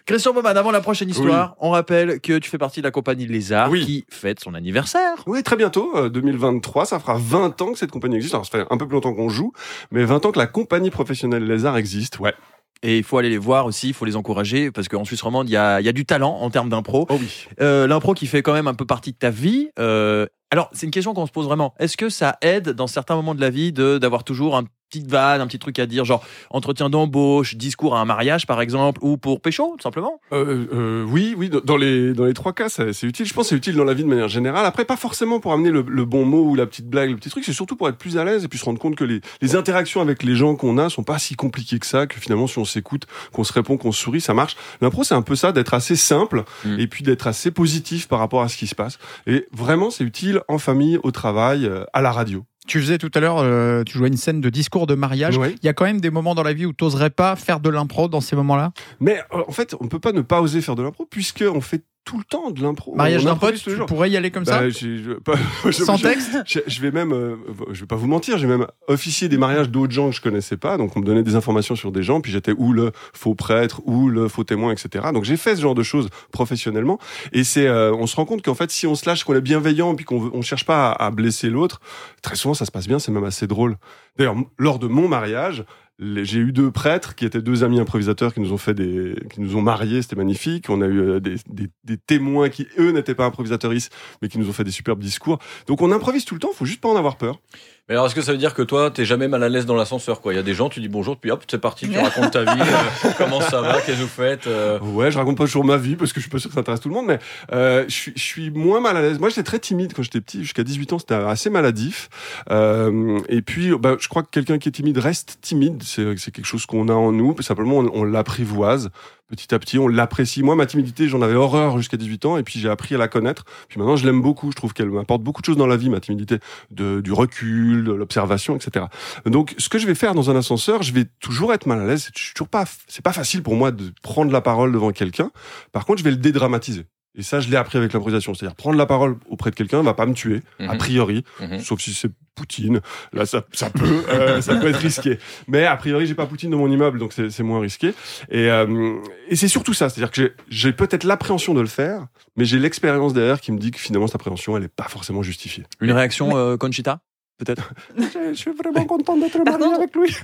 Speaker 2: Christian Baumann, avant la prochaine histoire, on rappelle que tu fais partie de la compagnie Les Arts
Speaker 6: Oui.
Speaker 2: qui fête son anniversaire.
Speaker 6: Oui, très bientôt, euh, 2023, ça fera 20 ans que cette compagnie existe. Alors, ça fait un peu plus longtemps qu'on joue, mais 20 ans que la compagnie professionnelle Lézard existe, ouais.
Speaker 2: Et il faut aller les voir aussi, il faut les encourager parce qu'en Suisse romande, il y a, il y a du talent en termes d'impro.
Speaker 6: Oh oui.
Speaker 2: Euh, L'impro qui fait quand même un peu partie de ta vie. euh, alors, c'est une question qu'on se pose vraiment. Est-ce que ça aide dans certains moments de la vie de d'avoir toujours un petit van, un petit truc à dire, genre entretien d'embauche, discours à un mariage par exemple, ou pour pécho, tout simplement
Speaker 6: Euh, euh, oui, oui, dans- dans les, dans les trois cas, ça- c'est utile. Je pense que c'est utile dans la vie de manière générale. Après, pas forcément pour amener le, le bon mot ou la petite blague, le petit truc, c'est surtout pour être plus à l'aise et puis se rendre compte que les, les interactions avec les gens qu'on a sont pas si compliquées que ça, que finalement, si on s'écoute, qu'on se répond, qu'on se sourit, ça marche. L'impro, c'est un peu ça, d'être assez simple
Speaker 2: Mm.
Speaker 6: et puis d'être assez positif par rapport à ce qui se passe. Et vraiment, c'est utile en famille, au travail, euh, à la radio.
Speaker 4: Tu faisais tout à l'heure, euh, tu jouais une scène de discours de mariage.
Speaker 6: Ouais.
Speaker 4: Il y a quand même des moments dans la vie où t'oserais pas faire de l'impro dans ces moments-là.
Speaker 6: Mais euh, en fait, on ne peut pas ne pas oser faire de l'impro puisque on fait tout le temps de l'impro.
Speaker 4: Mariage
Speaker 6: On
Speaker 4: d'un pote,
Speaker 6: improvise
Speaker 4: tu
Speaker 6: toujours.
Speaker 4: pourrais y aller comme ça
Speaker 6: Bah, j'ai- je, pas- [laughs] je-
Speaker 4: Sans
Speaker 6: je-
Speaker 4: texte
Speaker 6: je, je vais même, euh, je vais pas vous mentir, j'ai même officié des mariages d'autres gens que je connaissais pas, donc on me donnait des informations sur des gens, puis j'étais ou le faux prêtre, ou le faux témoin, etc. Donc j'ai fait ce genre de choses professionnellement, et c'est, euh, on se rend compte qu'en fait, si on se lâche, qu'on est bienveillant, puis qu'on veut- on cherche pas à, à blesser l'autre, très souvent ça se passe bien, c'est même assez drôle. D'ailleurs, m- lors de mon mariage. les- J'ai eu deux prêtres qui étaient deux amis improvisateurs qui nous ont fait des, qui nous ont mariés, c'était magnifique. On a eu euh, des, des- des témoins qui eux n'étaient pas improvisateuristes, mais qui nous ont fait des superbes discours. Donc on improvise tout le temps, faut juste pas en avoir peur.
Speaker 5: Mais alors, est-ce que ça veut dire que toi, t'es jamais mal à l'aise dans l'ascenseur, quoi Il y a des gens, tu dis bonjour, puis hop, c'est
Speaker 6: [laughs]
Speaker 5: parti, tu racontes ta vie, euh, comment ça va, qu'est-ce que vous faites euh,
Speaker 6: Ouais, je raconte pas toujours ma vie parce que je suis pas sûr que ça intéresse tout le monde, mais euh, je, suis, je suis moins mal à l'aise. Moi, j'étais très timide quand j'étais petit, jusqu'à 18 ans, c'était assez maladif. Euh, et puis, bah, je crois que quelqu'un qui est timide reste timide. C'est c'est quelque chose qu'on a en nous. Simplement, on, on l'apprivoise petit à petit, on l'apprécie. Moi, ma timidité, j'en avais horreur jusqu'à 18 ans, et puis j'ai appris à la connaître. Puis maintenant, je l'aime beaucoup. Je trouve qu'elle m'apporte beaucoup de choses dans la vie, ma timidité, de, du recul, de l'observation, etc. Donc, ce que je vais faire dans un ascenseur, je vais toujours être mal à l'aise. C'est toujours pas, c'est pas facile pour moi de prendre la parole devant quelqu'un. Par contre, je vais le dédramatiser. Et ça, je l'ai appris avec l'improvisation. C'est-à-dire, prendre la parole auprès de quelqu'un va pas me tuer, a
Speaker 5: Mhm.
Speaker 6: priori,
Speaker 5: Mhm.
Speaker 6: sauf si c'est Poutine. Là, ça, ça peut, [laughs] euh, ça peut être risqué. Mais a priori, j'ai pas Poutine dans mon immeuble, donc c'est c'est moins risqué. Et, euh, et c'est surtout ça. C'est-à-dire que j'ai- j'ai peut-être l'appréhension de le faire, mais j'ai l'expérience derrière qui me dit que finalement, cette appréhension, elle est pas forcément justifiée.
Speaker 2: Une réaction, euh, Conchita
Speaker 6: Je suis vraiment content d'être
Speaker 3: Par marié contre-
Speaker 6: avec lui.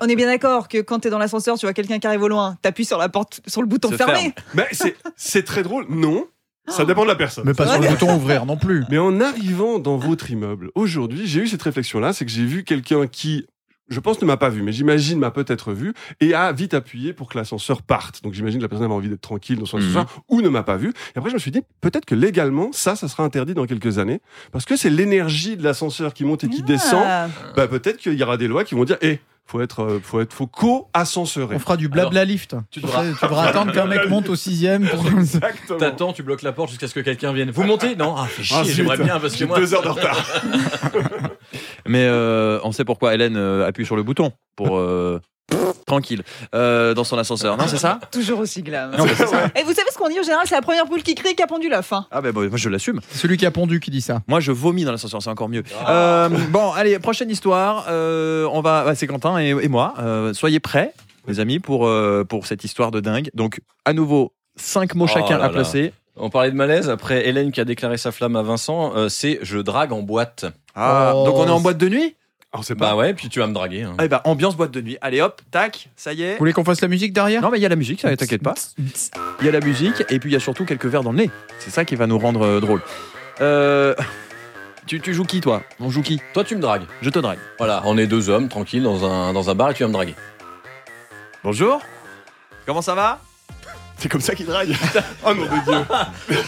Speaker 3: On est bien d'accord que quand t'es dans l'ascenseur, tu vois quelqu'un qui arrive au loin, t'appuies sur la porte, sur le bouton
Speaker 2: Se
Speaker 3: fermé.
Speaker 6: Mais Bah, c'est- c'est très drôle. Non, ça dépend de la personne.
Speaker 4: Mais pas sur le
Speaker 3: Ouais.
Speaker 4: bouton ouvrir non plus.
Speaker 6: Mais en arrivant dans votre immeuble, aujourd'hui, j'ai eu cette réflexion-là, c'est que j'ai vu quelqu'un qui, je pense, ne m'a pas vu, mais j'imagine m'a peut-être vu, et a vite appuyé pour que l'ascenseur parte. Donc j'imagine que la personne avait envie d'être tranquille dans son
Speaker 2: Mhm.
Speaker 6: ascenseur, ou ne m'a pas vu. Et après, je me suis dit, peut-être que légalement, ça, ça sera interdit dans quelques années, parce que c'est l'énergie de l'ascenseur qui monte et qui descend.
Speaker 3: Ah.
Speaker 6: Bah, peut-être qu'il y aura des lois qui vont dire, hé, faut être, euh, faut être, faut co-ascensorer.
Speaker 4: On fera du blabla lift.
Speaker 5: tu devras-
Speaker 4: Tu devras attendre qu'un mec monte au sixième. pour- [laughs]
Speaker 6: Exactement.
Speaker 5: T'attends, tu bloques la porte jusqu'à ce que quelqu'un vienne. Vous montez Non Ah, fais chier,
Speaker 6: Ah, zut.
Speaker 5: j'aimerais bien, parce que
Speaker 6: J'ai
Speaker 5: moi.
Speaker 6: deux heures de retard.
Speaker 2: Mais euh, on sait pourquoi Hélène euh, appuie sur le bouton pour euh, tranquille euh, dans son ascenseur. Non, c'est ça
Speaker 3: Toujours aussi glam.
Speaker 2: Non, mais c'est ça.
Speaker 3: Et vous savez ce qu'on dit en général C'est la première poule qui crie qui a pendu la fin.
Speaker 2: Ah ben bon, moi je l'assume.
Speaker 4: C'est Celui qui a pondu qui dit ça.
Speaker 2: Moi je vomis dans l'ascenseur, c'est encore mieux.
Speaker 5: Ah.
Speaker 2: Euh, bon, allez, prochaine histoire. Euh, on va, bah, c'est Quentin et, et moi. Euh, soyez prêts, les amis, pour euh, pour cette histoire de dingue. Donc à nouveau. Cinq mots
Speaker 5: Oh
Speaker 2: chacun
Speaker 5: là
Speaker 2: à
Speaker 5: là.
Speaker 2: placer.
Speaker 5: On parlait de malaise, après Hélène qui a déclaré sa flamme à Vincent, euh, c'est je drague en boîte.
Speaker 2: Ah,
Speaker 4: Oh.
Speaker 2: donc on est en boîte de nuit
Speaker 6: On sait pas.
Speaker 5: Bah ouais, puis tu vas me draguer. hein.
Speaker 2: Eh ben ambiance boîte de nuit. Allez hop, tac, ça y est.
Speaker 4: Vous voulez qu'on fasse la musique derrière
Speaker 2: Non mais il y a la musique, ça, t'inquiète pas. Il y a la musique et puis il y a surtout quelques verres dans le nez. C'est ça qui va nous rendre euh, [laughs] drôle. Euh, Tu, tu joues qui, toi On joue qui
Speaker 5: Toi, tu me dragues.
Speaker 2: Je te drague.
Speaker 5: Voilà, on est deux hommes tranquilles dans un, dans un bar et tu vas me draguer.
Speaker 2: Bonjour Comment ça va
Speaker 6: C'est comme ça qu'il drague. oh mon de Dieu.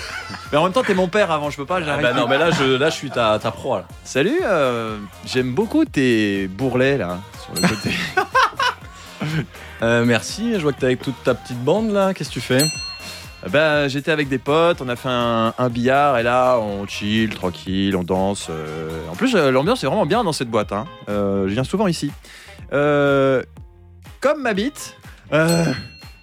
Speaker 2: Mais en même temps, t'es mon père avant, je peux pas, j'arrête.
Speaker 5: Bah non, mais là, je, là, je suis ta, ta proie. Là.
Speaker 2: Salut, euh, j'aime beaucoup tes bourrelets, là, sur le [laughs] côté.
Speaker 5: Euh, merci, je vois que t'es avec toute ta petite bande là, qu'est-ce que tu fais
Speaker 2: Ben, j'étais avec des potes, on a fait un, un billard et là, on chill, tranquille, on danse. euh. En plus, euh, l'ambiance est vraiment bien dans cette boîte. hein. Euh, je viens souvent ici. Euh, comme ma bite, euh,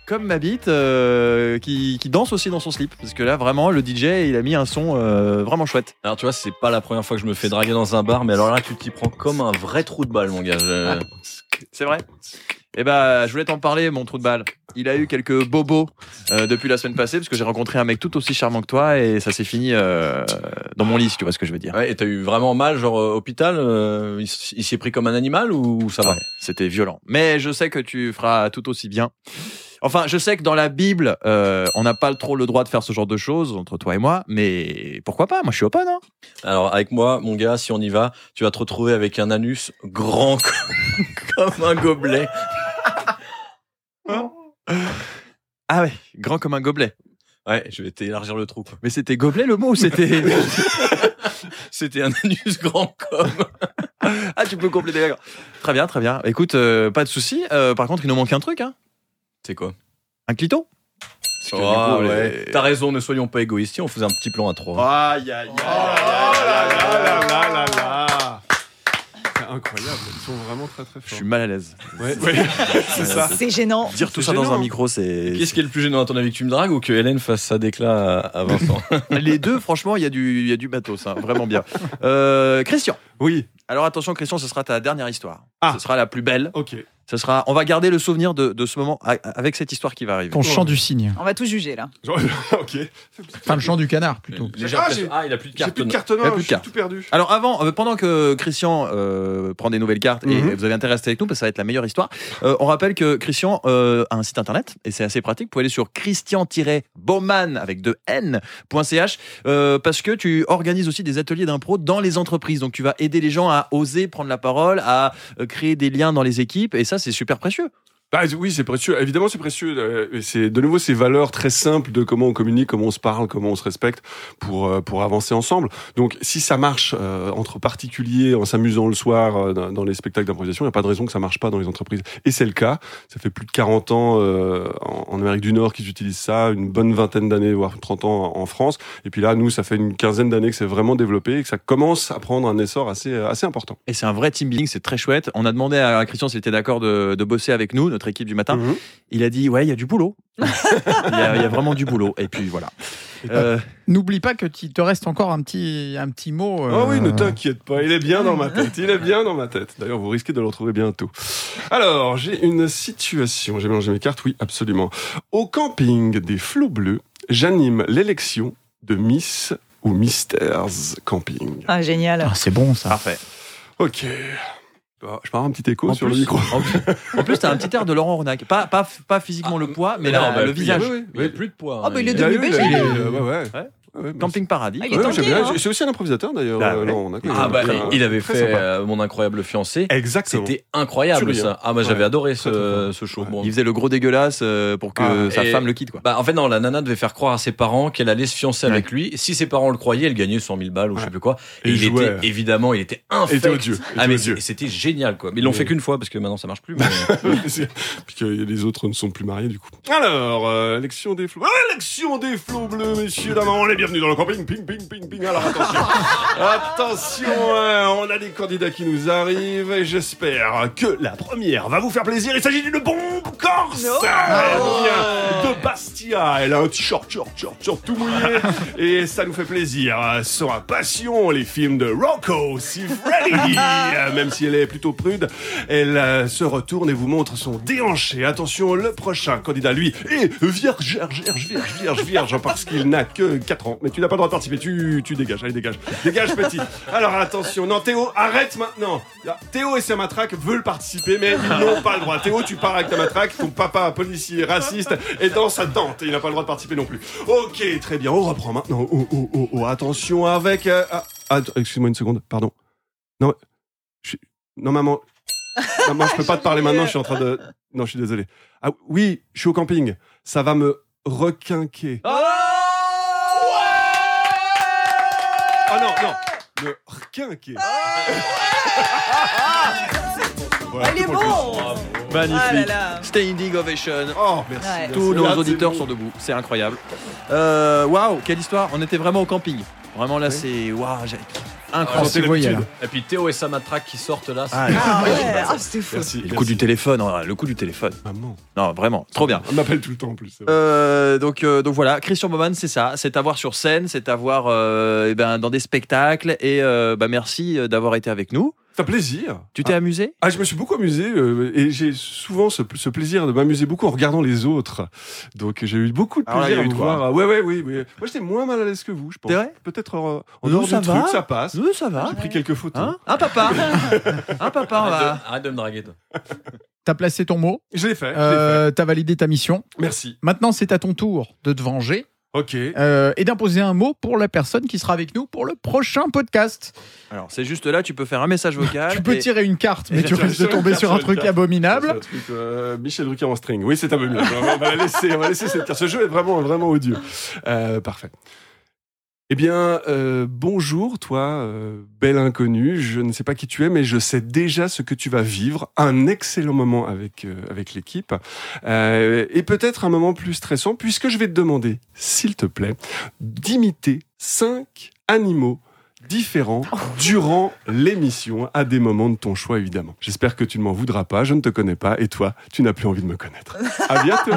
Speaker 2: comme ma bite, euh, qui, qui danse aussi dans son slip. Parce que là, vraiment, le DJ, il a mis un son euh, vraiment chouette.
Speaker 5: Alors tu vois, c'est pas la première fois que je me fais draguer dans un bar, mais alors là, tu t'y prends comme un vrai trou de balle, mon gars. Je-
Speaker 2: C'est vrai Eh ben, je voulais t'en parler, mon trou de balle. Il a eu quelques bobos euh, depuis la semaine passée, parce que j'ai rencontré un mec tout aussi charmant que toi, et ça s'est fini euh, dans mon lit, si tu vois ce que je veux dire.
Speaker 5: Ouais, et t'as eu vraiment mal, genre euh, hôpital euh, Il s- il s'y est pris comme un animal ou ça va
Speaker 2: Ouais, C'était violent. Mais je sais que tu feras tout aussi bien. Enfin, je sais que dans la Bible, euh, on n'a pas trop le droit de faire ce genre de choses entre toi et moi, mais pourquoi pas Moi, je suis open. Hein
Speaker 5: Alors avec moi, mon gars, si on y va, tu vas te retrouver avec un anus grand [laughs] comme comme un gobelet.
Speaker 2: ah ouais, grand comme un gobelet.
Speaker 5: Ouais, je vais t'élargir le trou. quoi.
Speaker 2: Mais c'était gobelet le mot ou c'était
Speaker 5: [laughs] C'était un anus grand comme.
Speaker 2: Ah, tu peux compléter. d'accord. Très bien, très bien. Écoute, euh, pas de souci. Euh, par contre, il nous manque un truc, hein
Speaker 5: C'est quoi
Speaker 2: Un clito.
Speaker 5: Ah,
Speaker 2: du coup,
Speaker 5: ouais.
Speaker 2: les-
Speaker 5: T'as raison, ne soyons pas égoïstes. Si on faisait un petit plan à trois.
Speaker 6: Aïe, aïe, aïe. Oh là là là là là là. C'est incroyable. Ils sont vraiment très très
Speaker 2: Je
Speaker 6: forts.
Speaker 2: suis mal à l'aise.
Speaker 6: Ouais, ouais, c'est ça.
Speaker 3: C'est gênant.
Speaker 2: Dire tout
Speaker 6: C'est
Speaker 2: ça dans
Speaker 6: gênant.
Speaker 2: un micro, c'est.
Speaker 5: Oh, [laughs] Qu'est-ce qui est le plus gênant à ton avis que tu me dragues ou que Hélène fasse sa déclat à- à [laughs] Vincent
Speaker 2: Les deux, franchement, il y, a du- il y a du matos, hein, vraiment bien. Euh, Christian.
Speaker 6: Oui.
Speaker 2: Alors attention, Christian, ce sera ta dernière histoire.
Speaker 6: Ah.
Speaker 2: Ce sera la plus belle.
Speaker 6: Ok.
Speaker 2: Ce sera, on va garder le souvenir de, de ce moment a- avec cette histoire qui va arriver.
Speaker 4: Ton chant du cygne.
Speaker 3: On va tout juger là.
Speaker 6: Genre- [laughs] ok.
Speaker 4: Enfin, le chant du canard, plutôt.
Speaker 5: Légère
Speaker 6: Ah,
Speaker 5: pression.
Speaker 6: j'ai-
Speaker 5: ah, il a plus de
Speaker 6: J'ai
Speaker 5: carte.
Speaker 6: plus de
Speaker 5: non.
Speaker 6: carte
Speaker 2: Il y a
Speaker 6: noire,
Speaker 2: plus de
Speaker 6: je suis
Speaker 2: carte.
Speaker 6: tout perdu.
Speaker 2: Alors avant, euh, pendant que Christian euh, prend des nouvelles cartes
Speaker 6: Mhm.
Speaker 2: et vous avez intérêt à rester avec nous parce que ça va être la meilleure histoire, euh, on rappelle que Christian euh, a un site internet et c'est assez pratique. Vous pouvez aller sur christian-bauman avec deux n.ch euh, parce que tu organises aussi des ateliers d'impro dans les entreprises. Donc tu vas aider les gens à oser prendre la parole, à euh, créer des liens dans les équipes et ça c'est super précieux.
Speaker 6: Bah, oui, c'est précieux. Évidemment, c'est précieux. euh, et C'est de nouveau ces valeurs très simples de comment on communique, comment on se parle, comment on se respecte pour euh, pour avancer ensemble. Donc, si ça marche euh, entre particuliers en s'amusant le soir euh, dans, dans les spectacles d'improvisation, il n'y a pas de raison que ça marche pas dans les entreprises. Et c'est le cas. Ça fait plus de 40 ans euh, en, en Amérique du Nord qu'ils utilisent ça, une bonne vingtaine d'années voire 30 ans en France. Et puis là, nous, ça fait une quinzaine d'années que c'est vraiment développé et que ça commence à prendre un essor assez euh, assez important.
Speaker 2: Et c'est un vrai team building, c'est très chouette. On a demandé à Christian s'il était d'accord de, de bosser avec nous, notre équipe du matin.
Speaker 6: Mhm.
Speaker 2: Il a dit ouais, il y a du [laughs] boulot. Il y, a il y a vraiment du boulot. Et puis voilà. Euh,
Speaker 4: N'oublie pas que tu te reste encore un petit, un petit mot.
Speaker 6: Ah oui, ne
Speaker 4: euh,
Speaker 6: t'inquiète pas, il est bien dans ma tête, il est bien dans ma tête. D'ailleurs, vous risquez de le retrouver bientôt. Alors, j'ai une situation, j'ai mélangé mes cartes, oui, absolument. Au camping des Flots Bleus, j'anime l'élection de Miss ou Misters Camping.
Speaker 3: Ah, génial.
Speaker 4: Ah, c'est bon ça.
Speaker 2: parfait.
Speaker 6: Ok. Bah, Je pars un petit écho
Speaker 2: En
Speaker 6: sur
Speaker 2: plus-
Speaker 6: le micro.
Speaker 2: En plus, en plus, t'as un petit air de Laurent Ronac. Pas, pas, pas physiquement le poids, mais
Speaker 5: Non,
Speaker 2: la-
Speaker 5: bah,
Speaker 2: le
Speaker 5: puis,
Speaker 2: visage.
Speaker 5: oui, oui, Il y a plus de poids.
Speaker 3: Ah,
Speaker 5: hein,
Speaker 3: bah, il est
Speaker 5: il-
Speaker 6: Il a eu,
Speaker 3: devenu
Speaker 6: il a eu,
Speaker 3: bébé.
Speaker 6: euh, ouais, ouais.
Speaker 2: Ouais.
Speaker 6: Ouais, mais
Speaker 2: Camping Paradis.
Speaker 3: Ah, il
Speaker 6: c'est-
Speaker 3: est
Speaker 6: ouais,
Speaker 3: tanké,
Speaker 6: j'aime bien.
Speaker 3: hein.
Speaker 6: C'est aussi un improvisateur d'ailleurs.
Speaker 2: Ah,
Speaker 6: euh,
Speaker 2: ouais.
Speaker 6: Laurent, on a-
Speaker 5: Ah bah,
Speaker 6: Très-
Speaker 5: il avait
Speaker 6: très
Speaker 5: fait
Speaker 6: sympa.
Speaker 5: euh, mon incroyable fiancé.
Speaker 6: Exactement.
Speaker 5: C'était incroyable
Speaker 6: Absolument.
Speaker 5: ça. Ah bah j'avais
Speaker 6: Ouais.
Speaker 5: adoré
Speaker 6: Très, très
Speaker 5: ce,
Speaker 6: fort.
Speaker 5: ce show.
Speaker 6: Ouais.
Speaker 5: Bon.
Speaker 2: Il faisait le gros dégueulasse euh, pour que
Speaker 5: Ah,
Speaker 2: sa
Speaker 5: et-
Speaker 2: femme le quitte. Quoi.
Speaker 5: Bah en fait non, la nana devait faire croire à ses parents qu'elle allait se fiancer avec lui. Si ses parents le croyaient, elle gagnait 100 000 balles ou je sais
Speaker 6: Ouais.
Speaker 5: plus quoi. Et,
Speaker 6: Et
Speaker 5: il
Speaker 6: jouait.
Speaker 5: était évidemment, il était infect.
Speaker 6: Il était odieux. Il
Speaker 5: Ah
Speaker 6: était
Speaker 5: mais
Speaker 6: odieux.
Speaker 5: c'est- c'était génial quoi. Mais ils l'ont
Speaker 6: Oui.
Speaker 5: fait qu'une fois parce que maintenant
Speaker 6: [laughs]
Speaker 5: ça marche plus. mais-
Speaker 6: Puis que les autres ne sont plus mariés, du coup. Alors, euh, élection des flots. Ah, élection des flots bleus, messieurs, dames, on est bienvenus dans le camping. Ping, ping, ping, ping. Alors, attention. attention, hein, on a des candidats qui nous arrivent et j'espère que la première va vous faire plaisir. Il s'agit d'une bombe corse. Elle vient de Bastia. Elle a un t-shirt, short, short, short, tout mouillé. et ça nous fait plaisir. Euh, Sur un passion, les films de Rocco, si Freddy, euh, même si elle est plutôt prude, elle euh, se retourne et vous montre son déhanché. Attention, le prochain candidat, lui, est vierge, vierge, vierge, vierge, vierge, vierge, parce qu'il n'a que 4 ans. Mais tu n'as pas le droit de participer. Tu, tu dégages, allez, dégage. Dégage, petit. Alors, attention. Non, Théo, arrête maintenant. Là, Théo et sa matraque veulent participer, mais ils n'ont pas le droit. Théo, tu pars avec ta matraque. Ton papa, policier, raciste, est dans sa tente. Et il n'a pas le droit de participer non plus. Ok, très bien. On reprend maintenant. Oh, oh, oh, oh. Attention oh, avec. euh, ah, Ah, t- excuse-moi une seconde, pardon. Non, je suis-
Speaker 3: [laughs]
Speaker 6: non maman. Non, maman, je peux pas te parler maintenant, je suis en train de. Non, je suis désolé. Ah oui, je suis au camping. Ça va me requinquer.
Speaker 2: Oh
Speaker 6: Ah non, non, me requinquer. Voilà,
Speaker 3: Ah, Elle est
Speaker 6: tout pour le
Speaker 3: bon
Speaker 2: Magnifique.
Speaker 3: Ah là là.
Speaker 2: Standing ovation.
Speaker 6: plus. Oh, merci.
Speaker 3: Ouais.
Speaker 6: merci.
Speaker 2: Tous
Speaker 6: Là,
Speaker 2: nos
Speaker 6: c'est
Speaker 2: auditeurs
Speaker 6: bon.
Speaker 2: sont debout, c'est incroyable. Euh, Waouh, quelle histoire On était vraiment au camping. Vraiment là, c'est waouh, j'ai-
Speaker 6: Ah,
Speaker 4: Oh,
Speaker 2: incroyable.
Speaker 4: c'est voyage.
Speaker 5: Et puis Théo et Samatraque qui sortent là. c'est-
Speaker 3: Ah ouais, ah, c'était fou.
Speaker 6: Merci.
Speaker 2: Et le
Speaker 6: merci.
Speaker 2: coup du téléphone, hein, le coup du téléphone.
Speaker 6: Maman.
Speaker 2: Non, vraiment, trop bien.
Speaker 6: On m'appelle tout le temps en plus. c'est vrai.
Speaker 2: Euh, donc, euh, donc voilà, Christian Baumann, c'est ça. C'est à voir sur scène, c'est à voir euh, eh ben, dans des spectacles. Et euh, bah, merci euh, d'avoir été avec nous.
Speaker 6: C'est un plaisir.
Speaker 2: Tu t'es amusé
Speaker 6: Ah, je me suis beaucoup amusé euh, et j'ai souvent ce, ce plaisir de m'amuser beaucoup en regardant les autres. Donc j'ai eu beaucoup de
Speaker 2: Alors là,
Speaker 6: plaisir
Speaker 2: il y a
Speaker 6: à
Speaker 2: eu
Speaker 6: vous
Speaker 2: de quoi,
Speaker 6: voir. Ah, Ouais, ouais, oui. oui. Moi, j'étais moins mal à l'aise que vous, je pense.
Speaker 2: C'est vrai
Speaker 6: Peut-être en, en
Speaker 2: Nous,
Speaker 6: dehors
Speaker 2: ça
Speaker 6: du
Speaker 2: va.
Speaker 6: truc, ça passe.
Speaker 2: Euh, Ça va
Speaker 6: J'ai pris quelques photos.
Speaker 2: Hein Un papa Un papa, on
Speaker 5: Arrête,
Speaker 2: va.
Speaker 5: de, arrête de me draguer. toi.
Speaker 4: T'as placé ton mot,
Speaker 6: je l'ai fait. je l'ai fait.
Speaker 4: euh, t'as validé ta mission.
Speaker 6: Merci.
Speaker 4: Maintenant, c'est à ton tour de te venger
Speaker 6: Ok.
Speaker 4: euh, et d'imposer un mot pour la personne qui sera avec nous pour le prochain podcast.
Speaker 2: Alors, c'est juste là, tu peux faire un message vocal.
Speaker 4: Tu peux
Speaker 2: et-
Speaker 4: tirer une carte, mais
Speaker 6: Ah, et-
Speaker 4: tu risques de tomber sur un truc
Speaker 6: C'est
Speaker 4: abominable.
Speaker 6: un truc, euh, Michel Drucker en string. Oui, c'est un peu mieux. On va- on va la laisser, on va laisser cette carte. Ce jeu est vraiment, vraiment odieux. Euh, parfait. Eh bien, euh, bonjour, toi, euh, belle inconnue. Je ne sais pas qui tu es, mais je sais déjà ce que tu vas vivre. Un excellent moment avec, euh, avec l'équipe. Euh, et peut-être un moment plus stressant, puisque je vais te demander, s'il te plaît, d'imiter cinq animaux différents durant l'émission, à des moments de ton choix, évidemment. J'espère que tu ne m'en voudras pas, je ne te connais pas, et toi, tu n'as plus envie de me connaître. À bientôt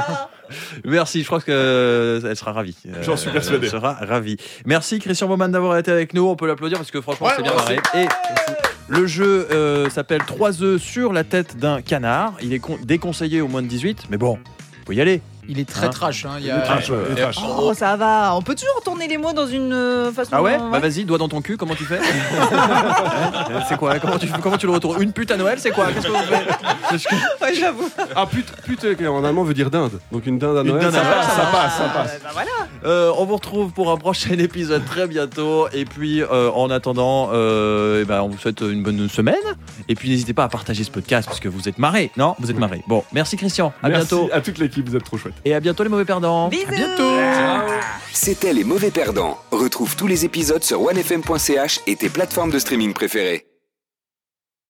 Speaker 2: Merci, je crois que euh, elle sera ravie. Euh,
Speaker 6: J'en suis persuadé.
Speaker 2: Elle sera ravie. Merci Christian Baumann d'avoir été avec nous. On peut l'applaudir parce que franchement,
Speaker 6: Ouais,
Speaker 2: c'est bien
Speaker 6: merci.
Speaker 2: marré. Et le jeu euh, s'appelle 3 œufs sur la tête d'un canard. Il est con- déconseillé au moins de 18, mais bon, vous pouvez y aller. Euh,
Speaker 4: Il est
Speaker 2: très
Speaker 4: très
Speaker 2: Hein
Speaker 4: trash. Hein,
Speaker 6: Trash, ouais, les trash.
Speaker 3: Oh, ça va. On peut toujours tourner les mots dans une euh, façon.
Speaker 2: Ah ouais
Speaker 3: euh,
Speaker 2: Bah vas-y, doigt dans ton cul, comment tu
Speaker 6: [laughs]
Speaker 2: fais Hein C'est quoi comment tu, comment tu le retournes Une pute à Noël, c'est quoi Qu'est-ce que vous faites Parce que-
Speaker 3: [laughs] ouais, j'avoue.
Speaker 6: Ah, pute, pute, qui en allemand veut dire dinde. Donc une dinde à
Speaker 2: Une
Speaker 6: Noël,
Speaker 2: dinde
Speaker 6: ça,
Speaker 2: à
Speaker 6: passe,
Speaker 2: Noël.
Speaker 6: ça passe, ça passe.
Speaker 3: Ah, bah voilà.
Speaker 2: Euh, on vous retrouve pour un prochain [laughs] épisode très bientôt. Et puis, euh, en attendant, euh, eh ben, on vous souhaite une bonne semaine. Et puis, n'hésitez pas à partager ce podcast parce que vous êtes marrés. Non, vous êtes marrés. Bon, merci Christian. À
Speaker 6: Merci
Speaker 2: bientôt.
Speaker 6: à toute l'équipe, vous êtes trop chouette.
Speaker 2: Et à bientôt les mauvais perdants.
Speaker 3: Bisous.
Speaker 1: C'était Les Mauvais Perdants. Retrouve tous les épisodes sur onefm.ch et tes plateformes de streaming préférées.